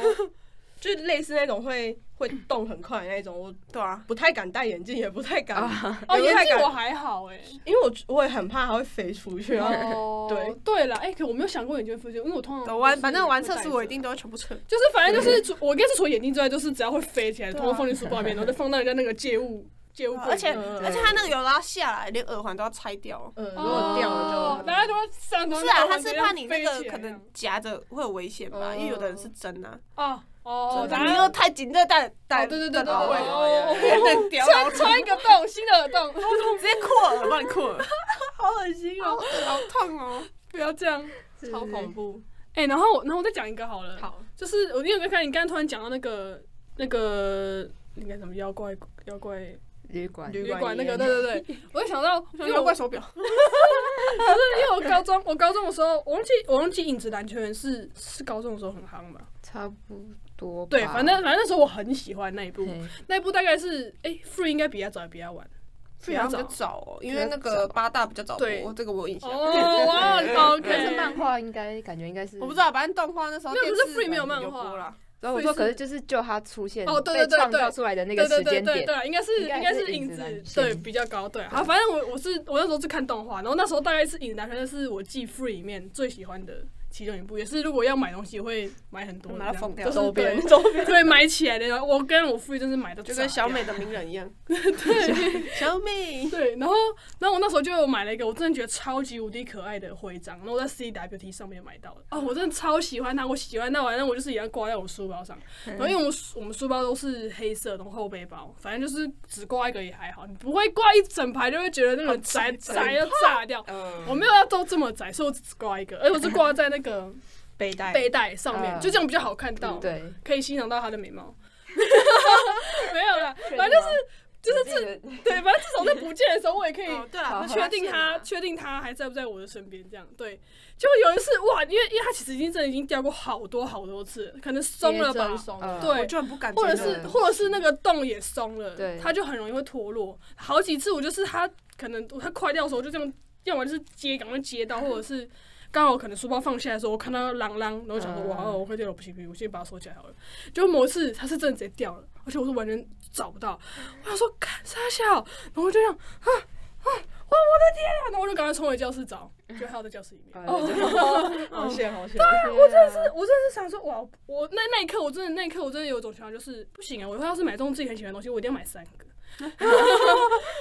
Speaker 2: 就类似那种会会动很快那种，我
Speaker 3: 对啊，
Speaker 2: 不太敢戴眼镜，也不太敢，
Speaker 1: 哦，
Speaker 2: 有人
Speaker 1: 眼
Speaker 2: 在
Speaker 1: 镜
Speaker 2: 赶
Speaker 1: 我还好哎、
Speaker 2: 因为我我也很怕它会飞出去。然
Speaker 1: 哦
Speaker 2: 后对
Speaker 1: 对了，哎、可我没有想过眼睛会出现，因为我通常
Speaker 3: 我玩
Speaker 1: 都是
Speaker 3: 嗯反正玩
Speaker 1: 会
Speaker 3: 测
Speaker 1: 戴
Speaker 3: 试我
Speaker 1: 着
Speaker 3: 一定都会全部撤。
Speaker 1: 就是反正就是除我应该是除了眼睛之外，就是只要会飞起来，
Speaker 3: 对
Speaker 1: 通
Speaker 3: 啊
Speaker 1: 通放进书包里面，然后再放到人家那个借物借物柜里面。
Speaker 3: 而且
Speaker 1: 嗯
Speaker 2: 对
Speaker 3: 而且它那个有拉下来，连耳环都要拆掉。
Speaker 2: 嗯，如
Speaker 1: 哦
Speaker 2: 果掉了就
Speaker 1: 大家都会上
Speaker 3: 不
Speaker 1: 头
Speaker 3: 是
Speaker 1: 那
Speaker 3: 啊，
Speaker 1: 个
Speaker 3: 他
Speaker 1: 环节
Speaker 3: 是
Speaker 1: 这样
Speaker 3: 怕你那
Speaker 1: 飞
Speaker 3: 个
Speaker 1: 起来
Speaker 3: 可
Speaker 1: 这样
Speaker 3: 能夹着会有危险吧，
Speaker 2: 哦
Speaker 3: 因为有的人是真啊，
Speaker 1: 哦哦，大
Speaker 3: 你
Speaker 1: 家
Speaker 3: 又太紧，这带带
Speaker 1: 哦对对对对对
Speaker 3: 带到位
Speaker 1: 哦哦哦 (laughs)
Speaker 3: 对对掉
Speaker 1: 穿穿一个洞，新的洞， (laughs)
Speaker 3: 直接扩耳，帮你扩耳，
Speaker 2: 好恶心
Speaker 3: (laughs) 好！好痛哦。
Speaker 1: 不要这样。
Speaker 2: (laughs) 超恐怖。
Speaker 1: 哎，然后然后我再讲一个好了，
Speaker 2: 好，
Speaker 1: 就是我因为有没有看你刚刚突然讲到那个那个应该什么妖怪妖怪
Speaker 4: 旅馆
Speaker 2: 旅
Speaker 1: 旅馆那个，
Speaker 2: 馆
Speaker 1: 对对
Speaker 3: (laughs)
Speaker 1: 对，我就想到，因为
Speaker 3: 妖
Speaker 1: 我
Speaker 3: 怪手表，
Speaker 1: (laughs) 因为我高中，我高中的时候，我忘记我忘记影子篮球员是是高中的时候很夯吧？
Speaker 4: 差不多吧
Speaker 1: 对，反正反正那时候我很喜欢那一部，
Speaker 4: 嘿
Speaker 1: 那一部大概是哎、Free 应该比较早，比较晚。
Speaker 3: 比较早哦，因为那个八大比较早
Speaker 1: 对
Speaker 3: 播，这个我有印象。
Speaker 1: 哦，哇，OK，
Speaker 4: 但是漫画应该感觉应该是
Speaker 3: 我不知，道，反正动画那时候
Speaker 1: 没有
Speaker 3: 电
Speaker 1: 可是
Speaker 3: 视
Speaker 1: Free 没有
Speaker 3: 版
Speaker 1: 漫画
Speaker 3: 播啦，
Speaker 4: 然后我
Speaker 1: 所以
Speaker 4: 说
Speaker 1: 是
Speaker 4: 可是就是就它出现
Speaker 1: 哦对对
Speaker 4: 被
Speaker 1: 对
Speaker 4: 创
Speaker 1: 对
Speaker 4: 造出来的那
Speaker 1: 对
Speaker 4: 个
Speaker 1: 对
Speaker 4: 时
Speaker 1: 对
Speaker 4: 间
Speaker 1: 对
Speaker 4: 点，
Speaker 1: 对，应该是
Speaker 4: 应该
Speaker 1: 应该
Speaker 4: 是
Speaker 1: 是
Speaker 4: 影
Speaker 1: 影
Speaker 4: 子
Speaker 1: 子
Speaker 4: 篮球
Speaker 1: 对比较高，对啊，反正我我是我那时候是看动画，然后那时候大概是影子篮球员是我记 Free 里面最喜欢的其中一部，也是如果要买东西会买很多，
Speaker 3: 买到
Speaker 1: 这样
Speaker 3: 疯掉
Speaker 1: 啊就是
Speaker 2: 周边
Speaker 1: 对
Speaker 2: 周
Speaker 3: (laughs)
Speaker 2: 边，
Speaker 1: 对买起来的，然后我跟我 Free 真是买的
Speaker 3: 就跟小美的名人一
Speaker 1: (laughs)
Speaker 3: 样。对，小美，
Speaker 1: 对，然后然后我那时候就有买了一个我真的觉得超级无敌可爱的徽章，然后我在 CWT 上面买到的。哦，我真的超喜欢它，我喜欢到反正我就是也要挂在我书包上。然后因为我们书我们书包都是黑色的后背包，反正就是只挂一个也还好，你不会挂一整排就会觉得那个窄窄要炸掉。
Speaker 2: 嗯
Speaker 1: 我没有要都这么窄，所以我只挂一个，而且我是挂在那个
Speaker 2: 背带
Speaker 1: 背带上面，就这样比较好看到，
Speaker 4: 嗯对，
Speaker 1: 可以欣赏到它的美貌。 (laughs) 没有啦，反正就是
Speaker 4: 是就是这
Speaker 1: 对，反正至少在不见的时候，我也可以
Speaker 3: 哦对啦，
Speaker 1: 确定他，确定他还在不在我的身边，这样对。就有一次哇，因为因为他其实已经真的已经掉过好多好多次了，可能松了吧，
Speaker 4: 呃
Speaker 3: 我
Speaker 1: 对，
Speaker 3: 居然不敢接
Speaker 1: 或
Speaker 3: 受，
Speaker 1: 者是
Speaker 2: 哦
Speaker 1: 或者是那个洞也松了，
Speaker 4: 对
Speaker 1: 它就很容易会脱落。好几次我就是它可能它快掉的时候，我就这样，要么就是接赶快接到，或者是刚好可能书包放下来的时候，我看到啷啷，然后想说
Speaker 4: 嗯
Speaker 1: 哇哦，我快掉了，不行不行，我先把它收起来好了。就某一次它是真的直接掉了，而且我是完全找不到，我想说看傻笑，然后我就这样啊啊，哇我的天啊！然后我就赶快冲回教室找，就还有在教室里面。
Speaker 4: 哦对
Speaker 3: 嗯
Speaker 2: 好险好
Speaker 3: 啊
Speaker 2: 险！
Speaker 1: 我
Speaker 4: 啊
Speaker 1: 真的是，我真的是想说，哇！我那那一刻，我真的那一刻，我真的有一种想法，就是不行啊！我以后要是买这种自己很喜欢的东西，我一定要买三
Speaker 4: (laughs)
Speaker 1: 个，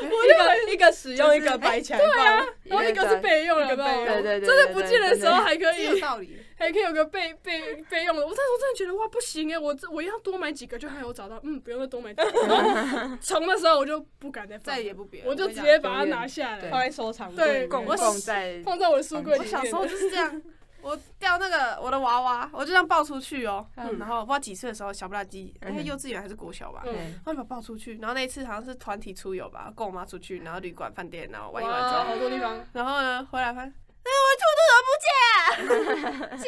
Speaker 2: 一个一个使
Speaker 3: 就是
Speaker 2: 用，
Speaker 3: 哎啊
Speaker 2: 一个摆起来放，
Speaker 1: 然后一个是备用，有没有？
Speaker 4: 对对对，对
Speaker 1: 真的不见的时候，还可
Speaker 3: 这有
Speaker 1: 以，
Speaker 3: 道理。
Speaker 1: 还可以有个备备备用的。我那时候真的觉得哇，不行哎，我这我要多买几个，就还有找到，嗯，不用再多买几个。然
Speaker 4: (laughs)
Speaker 1: 后从那时候我就不敢再放，
Speaker 3: 再也不别，
Speaker 1: 嗯我就
Speaker 3: 跟你
Speaker 1: 直
Speaker 3: 讲
Speaker 1: 接把它拿下来，
Speaker 4: 对
Speaker 2: 放在收藏
Speaker 1: 对
Speaker 2: 柜里面。
Speaker 4: 公
Speaker 1: 我
Speaker 4: 共在
Speaker 1: 放在我的书柜里
Speaker 3: 我
Speaker 1: 面。
Speaker 3: 小时候就是这样，我掉那个我的娃娃，我就这样抱出去哦，
Speaker 4: 嗯
Speaker 3: 然后不知道几岁的时候，小不拉几，
Speaker 4: 嗯
Speaker 3: 应该幼稚园还是国小吧。
Speaker 1: 嗯
Speaker 4: 对
Speaker 3: (laughs) 然后就把它抱出去，然后那一次好像是团体出游吧，跟我妈出去，然后旅馆、饭店，然后玩一玩之
Speaker 1: 哇，
Speaker 3: 后，
Speaker 1: 好多地方，
Speaker 3: 然后呢回来发现，哎、兔兔怎么不见？奇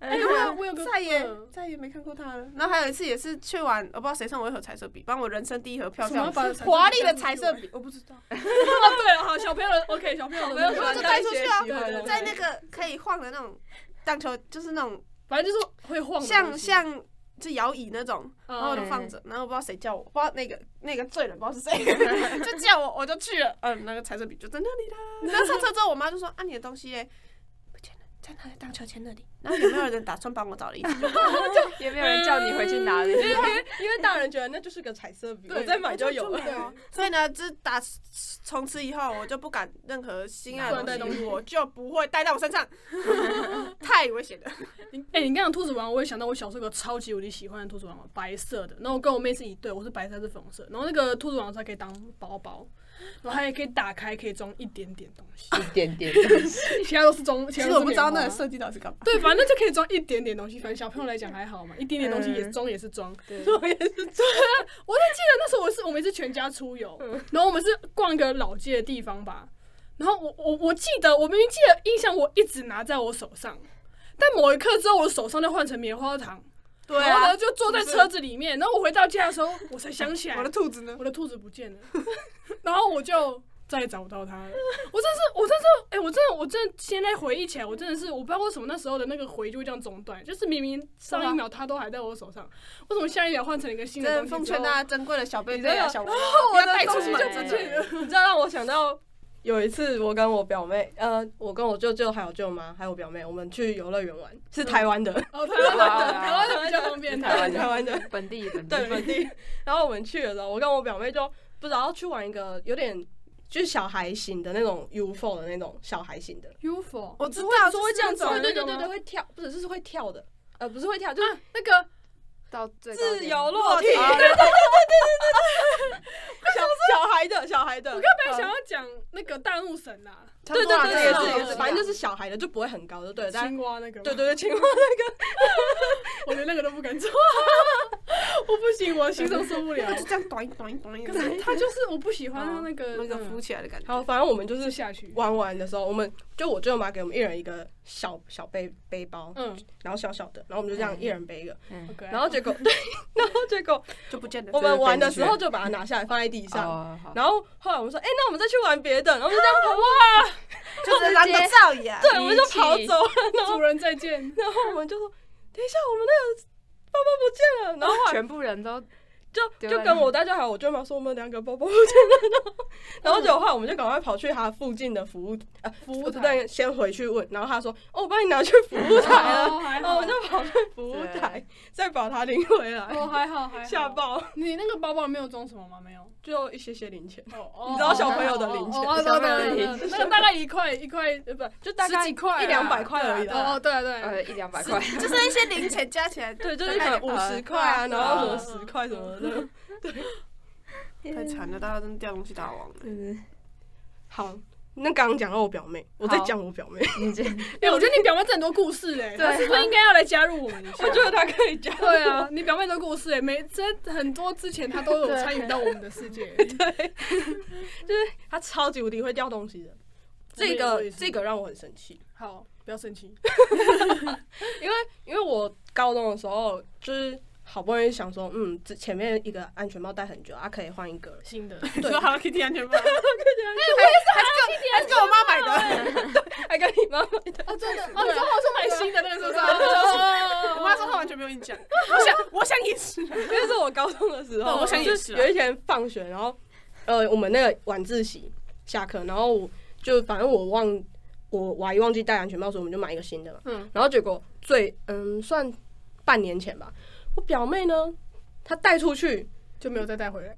Speaker 1: 哎、我有我有个
Speaker 3: 怪，再也
Speaker 1: 嗯
Speaker 3: 再也没看过他了。然后还有一次也是去玩，我不知道谁送我一盒彩色笔，帮我人生第一盒漂
Speaker 1: 什么
Speaker 3: 亮
Speaker 1: 把彩色笔
Speaker 3: 华丽
Speaker 1: 带
Speaker 3: 的
Speaker 1: 出去
Speaker 3: 彩色
Speaker 1: 玩
Speaker 3: 笔，我不知道，
Speaker 1: 啊，对了，好，小朋友的 OK，小朋友的那
Speaker 3: (laughs)
Speaker 2: 喜
Speaker 1: 个
Speaker 2: 欢
Speaker 3: 就
Speaker 2: 带
Speaker 3: 带
Speaker 2: 一
Speaker 3: 出
Speaker 2: 些
Speaker 3: 去
Speaker 2: 喜
Speaker 3: 啊
Speaker 2: 欢的，
Speaker 1: (laughs) 对
Speaker 3: 在那个可以晃的那种荡秋，就是那种
Speaker 1: 反正就是会晃的
Speaker 3: 像
Speaker 1: 东西，
Speaker 3: 像就摇椅那种，然后我
Speaker 1: 嗯
Speaker 3: 就
Speaker 4: 嗯
Speaker 3: 放着，然后我不知道谁叫我，不知道那个那个罪人不知道是
Speaker 1: (laughs)
Speaker 3: 谁，就叫我，我就去了，嗯，那个彩色笔就在那
Speaker 1: (laughs)
Speaker 3: 里啦。然后上车之后，我妈就说：“啊，你的东西嘞不见了，在那荡秋千那里。”然后有没有人打算帮我找了一次？
Speaker 1: (laughs)
Speaker 4: 也没有人叫你回去拿的。
Speaker 1: 嗯
Speaker 2: 因
Speaker 3: (laughs)
Speaker 2: 为因为大人觉得那就是个彩色笔，
Speaker 1: 对
Speaker 2: 我再买就有
Speaker 3: 对
Speaker 2: 了。
Speaker 1: (laughs)
Speaker 2: (laughs)
Speaker 3: 啊，所以呢，就是打从此以后，我就不敢任何心爱
Speaker 1: 不
Speaker 3: 的
Speaker 1: 能带
Speaker 3: 东
Speaker 1: 东
Speaker 3: 西，
Speaker 1: 西
Speaker 3: 我就不会带到我身上， (laughs) 太危险了。
Speaker 1: 你哎、你刚讲兔子玩偶，我也想到我小时候有个超级无敌喜欢的兔子玩偶，白色的。然后我跟我妹是一对，我是白色，她是粉红色。然后那个兔子玩偶它可以当包包，然后它也可以打开，可以装一点点东西，
Speaker 4: 一点点，
Speaker 1: 其他都是装。其
Speaker 3: 其
Speaker 1: 他
Speaker 3: 实
Speaker 1: 都是啊
Speaker 3: 我不知道那
Speaker 1: 棉
Speaker 3: 个
Speaker 1: 花
Speaker 3: 设计到底是干嘛。
Speaker 1: 对，反正就可以装一点点东西。反正小朋友来讲还好嘛，一点点东西也
Speaker 4: 嗯
Speaker 1: 装也是装。 (laughs)
Speaker 2: 我也是
Speaker 1: 我就记得那时候我是我们是全家出游，
Speaker 3: 嗯
Speaker 1: 然后我们是逛一个老街的地方吧，然后我我我记得我明明记得印象我一直拿在我手上，但某一刻之后我的手上就换成棉花糖，
Speaker 3: 对
Speaker 1: 然后
Speaker 3: 啊
Speaker 1: 呢，就坐在车子里面，然后我回到家的时候我才想起来
Speaker 3: 我的兔子呢？
Speaker 1: 我的兔子不见了， (laughs) 然后我就再也找不到它了。我真是，我真是，哎、我真的，我真的现在回忆起来，我真的是，我不知道为什么那时候的那个回忆就会这样中断，就是明明上一秒它都还在我手上，为什么下一秒换成了一个新
Speaker 3: 真
Speaker 1: 的
Speaker 3: 的
Speaker 1: 东西？
Speaker 3: 奉劝大家珍贵的小贝贝啊，
Speaker 2: 你知道
Speaker 3: 小娃娃不要带出去
Speaker 1: 东西就不
Speaker 3: 真
Speaker 1: 见
Speaker 3: 的。
Speaker 1: 了
Speaker 2: 你知道让我想到有一次，我跟我表妹，呃，我跟我舅舅还有舅妈还有表妹，我们去游乐园玩，是台湾的，
Speaker 1: 哦，台湾
Speaker 4: 好
Speaker 1: 的，
Speaker 4: 啦
Speaker 1: 台湾的比较方便，
Speaker 4: 台
Speaker 1: 台
Speaker 4: 湾
Speaker 1: 湾
Speaker 4: 的
Speaker 1: 的。
Speaker 2: (laughs) 台湾
Speaker 4: (laughs)
Speaker 2: 的，
Speaker 4: 本地本
Speaker 2: 对
Speaker 4: 地
Speaker 2: 本地。然后我们去了之后，我跟我表妹就不知道要去玩一个有点就是小孩型的那种 UFO 的那种小孩型的，啊
Speaker 1: UFO，
Speaker 3: 我知道，
Speaker 1: 说会这样子
Speaker 3: 就是
Speaker 1: 玩
Speaker 2: 对
Speaker 3: 那
Speaker 2: 对
Speaker 3: 种
Speaker 2: 对
Speaker 1: 那个
Speaker 2: 对
Speaker 1: 吗
Speaker 2: 对，会跳，不是就是会跳的，呃，不是会跳，就是
Speaker 1: 那个
Speaker 4: 到最高点
Speaker 2: 自由落体，
Speaker 4: 啊
Speaker 2: 小小孩的小孩的
Speaker 1: 我。根本想要讲那个大怒神啦，
Speaker 3: 差不
Speaker 2: 对
Speaker 3: 多
Speaker 2: 对
Speaker 3: 啊
Speaker 1: 这
Speaker 2: 对，也
Speaker 1: 个
Speaker 2: 是
Speaker 1: 是
Speaker 2: 也
Speaker 1: 这
Speaker 2: 是，
Speaker 1: 个
Speaker 2: 反正就是小孩的，就不会很高，就对了。但
Speaker 1: 青蛙那个吗，
Speaker 2: 对对对，青蛙
Speaker 1: 我连那个都不敢做， (laughs) 我不行，我心脏受不
Speaker 3: (laughs)
Speaker 1: 了
Speaker 3: 那。就这样短一短一短一
Speaker 1: 可是他就是我不喜欢他那个
Speaker 3: 那个
Speaker 1: 嗯
Speaker 3: 浮起来的感觉。
Speaker 2: 好，反正我们就是
Speaker 1: 是下去，
Speaker 2: 玩完的时候，我们就我舅妈给我们一人一个小小背背包，
Speaker 1: 嗯，
Speaker 2: 然后小小的，然后我们就这样
Speaker 4: 嗯
Speaker 2: 一人背一个，
Speaker 1: 好可爱
Speaker 2: 然后结果对，然后结果
Speaker 3: 就不见了
Speaker 2: 我们玩的时
Speaker 4: 真的
Speaker 2: 候就把它拿下来放在地上，
Speaker 4: 哦，好
Speaker 2: 然后后来我们说，哎，那我们再去玩别的，然后我们就这样跑，
Speaker 3: 就是懒得造呀。
Speaker 2: 对，我们就跑
Speaker 4: 一起
Speaker 2: (laughs) 走了，
Speaker 1: (laughs) 主人再见，
Speaker 2: 然后我们就说，等一下，我们那个包包不见了，然后后来
Speaker 4: 全部人都
Speaker 2: 就
Speaker 4: 丢
Speaker 2: 就
Speaker 4: 在
Speaker 2: 跟
Speaker 4: 那
Speaker 2: 我大舅还有我舅妈说，我们两个包包不见了，然后然后结果后来我们就赶快跑去他附近的服务呃
Speaker 1: 服务台
Speaker 2: 对，先回去问，然后他说，哦，我帮你拿去
Speaker 1: (laughs)
Speaker 2: 服务台了。
Speaker 1: 哦，还
Speaker 2: 然后
Speaker 1: 好，
Speaker 2: 我就跑去服务台，再把它拎回来，
Speaker 1: 哦还好还好
Speaker 2: (laughs) 吓。爆！
Speaker 1: 你那个包包里面有装什么吗？没有。
Speaker 2: 就一些些零钱，
Speaker 1: 哦
Speaker 2: 你知道小朋友的零钱
Speaker 4: 小朋友的零
Speaker 1: 钱，那个大概一块一块
Speaker 2: 呃，不就大
Speaker 1: 十
Speaker 2: 概
Speaker 1: 几块啊
Speaker 2: 一两百块而已
Speaker 1: 对啊
Speaker 2: 啦。
Speaker 1: 哦，对啊对啊，
Speaker 4: 呃一两百块，
Speaker 3: (laughs) 就是一些零钱加起来，
Speaker 2: 对，就是可能五十块啊，然后什
Speaker 1: 嗯
Speaker 2: 么十块什么的。
Speaker 3: (laughs) 太惨了，大家真的掉东西大王了。
Speaker 2: 好，那刚刚讲到我表妹，我再讲我表
Speaker 1: (laughs)
Speaker 2: 妹，
Speaker 4: 你这
Speaker 1: 哎，我觉得你表妹这很多故事哎，她是不是应该要来加入我们一下
Speaker 2: 我？觉得她可以讲。
Speaker 1: 对啊， (laughs) 你表妹的故事哎，每这很多之前她都有参与到我们的世界。
Speaker 2: 就是她超级无敌会掉东西的，这
Speaker 1: 我
Speaker 2: 个
Speaker 1: 也是
Speaker 2: 这个让我很生气，
Speaker 1: (laughs) 好，不要生气。
Speaker 2: (laughs) 因为因为我高中的时候就是。好不容易想说，嗯，这前面一个安全帽戴很久，啊，可以换一个了。
Speaker 1: 新的，
Speaker 2: 对
Speaker 3: 说 Hello Kitty 安全帽，还是给我妈买的。
Speaker 2: 还跟你妈妈
Speaker 1: 哦，真的，哦，你说我说买新的那个是不是？哦
Speaker 3: 我妈说她完全没有印象，我想我想也是。
Speaker 2: 因为是我高中的时候，
Speaker 3: 哦我想也
Speaker 2: 就是
Speaker 3: 啊
Speaker 2: 有一天放学，然后呃，我们那个晚自习下课，然后我就反正我忘我我阿姨忘记戴安全帽，所以我们就买一个新的嘛。
Speaker 1: 嗯，
Speaker 2: 然后结果最嗯算半年前吧，我表妹呢，她带出去没
Speaker 1: (laughs) 就没有再带回来。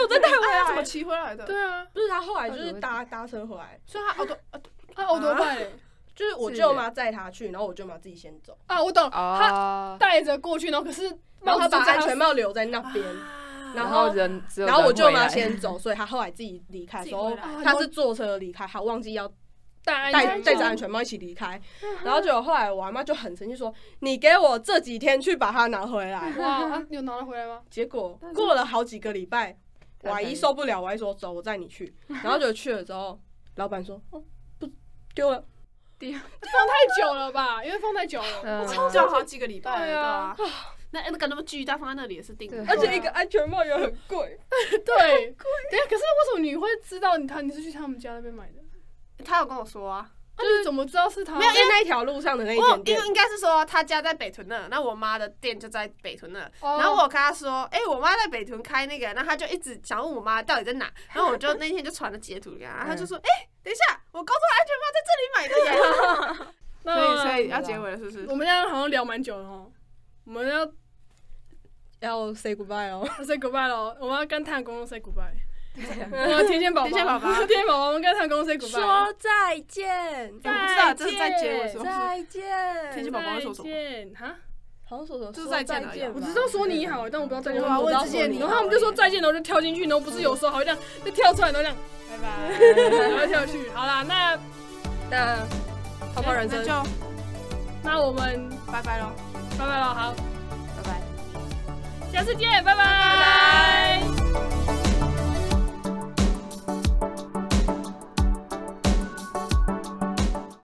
Speaker 2: 有再带回
Speaker 3: 她怎么
Speaker 2: 来，
Speaker 3: 骑回来的？
Speaker 1: 对啊，
Speaker 2: 不是她后来就是搭搭车回来，
Speaker 3: 所以她哦对，哦对
Speaker 1: 啊，我多拜嘞
Speaker 2: 就是我
Speaker 4: 是
Speaker 2: 舅妈载她去，然后我舅妈自己先走，
Speaker 1: 啊，我懂，他
Speaker 4: 哦，
Speaker 1: 带着过去，然后可是
Speaker 2: 然后她
Speaker 1: 帽子
Speaker 2: 把
Speaker 1: 在
Speaker 2: 安全帽留在那边，
Speaker 4: (laughs)
Speaker 3: 啊
Speaker 2: 然
Speaker 4: 然
Speaker 2: 后
Speaker 4: 后人只有
Speaker 2: 然后我
Speaker 4: 人
Speaker 2: 舅
Speaker 4: 回
Speaker 2: 妈
Speaker 4: 来 (laughs)
Speaker 2: 先走，所以她后来自己离开的时
Speaker 3: 自
Speaker 2: 候
Speaker 3: 己回啊
Speaker 1: 来，
Speaker 2: 她是坐车离开，她忘记要
Speaker 1: 戴
Speaker 2: 戴
Speaker 1: 安全
Speaker 2: 戴
Speaker 1: 帽
Speaker 2: 着安全帽一起离开，然后结果后来我阿妈就很生气说：“你给我这几天去把它拿回来。
Speaker 1: 哇，啊你有拿得回来吗”？
Speaker 2: 结果过了好几个礼拜，
Speaker 4: 她
Speaker 2: 我阿
Speaker 4: 才
Speaker 2: 姨受不了，我阿姨说：“走，我载你去。”然后就去了之后，老板说：“哦，不丢了。”
Speaker 1: 放太久了吧？因为放太久了，
Speaker 4: 嗯，
Speaker 3: 叫好几个礼拜了，
Speaker 1: 对
Speaker 3: 对
Speaker 1: 啊 (laughs)
Speaker 3: 啊。那那个那么巨大放在那里也是定的，
Speaker 4: 对
Speaker 2: 而且一个安全帽也很贵，
Speaker 1: 对。等一下，可是为什么你会知道你他你是去他们家那边买的？
Speaker 3: 他有跟我说啊，
Speaker 1: 就是怎么知道是他？
Speaker 3: 没有
Speaker 2: 在那一条路上的那一
Speaker 3: 我
Speaker 2: 间
Speaker 3: 应
Speaker 2: 店，
Speaker 3: 应该是说他家在北屯那，那我妈的店就在北屯那，
Speaker 1: 哦
Speaker 3: 然后我跟他说，哎、我妈在北屯开那个，然后他就一直想问我妈到底在
Speaker 2: (laughs)
Speaker 3: 哪，然后我就那天就传了截图给他，他就
Speaker 2: 嗯
Speaker 3: 说，哎、等一下，我高中安全帽在这里买的耶，所以
Speaker 1: 那
Speaker 3: 所以要结尾了是不是
Speaker 1: 我？们现在好像聊蛮久了哦，我们要 (coughs)
Speaker 2: 要 say goodbye 哦。
Speaker 1: say goodbye 了，我们要跟太阳公公 say (laughs) goodbye。呃，天线宝宝，
Speaker 3: 天线宝宝
Speaker 1: 天线宝宝，我们跟太阳公公 say goodbye 了。
Speaker 2: 再
Speaker 3: 我
Speaker 2: 见，
Speaker 3: 不知道这是在结尾的时候，
Speaker 2: 再
Speaker 3: (laughs) 天
Speaker 2: 见
Speaker 3: 气，宝宝会说什么？
Speaker 1: 见哈，
Speaker 2: 好像说什么
Speaker 3: 就是
Speaker 2: 说
Speaker 3: 再见
Speaker 2: 见
Speaker 3: 而已啊
Speaker 2: 吧
Speaker 1: 我知道说你好，但我不知道再见。
Speaker 3: 对啊
Speaker 1: 我知道说
Speaker 2: 我也是
Speaker 1: 你好然后他们就说再见，然后就跳进去，然后不是有时候好像就跳出来，然后这样，
Speaker 3: 拜拜。
Speaker 1: 然后跳下去。好啦，那
Speaker 2: 那泡泡人生
Speaker 3: 那就
Speaker 1: 那我们
Speaker 3: 拜拜喽。
Speaker 1: 拜拜了，好，
Speaker 4: 拜拜。
Speaker 1: 下次见，拜拜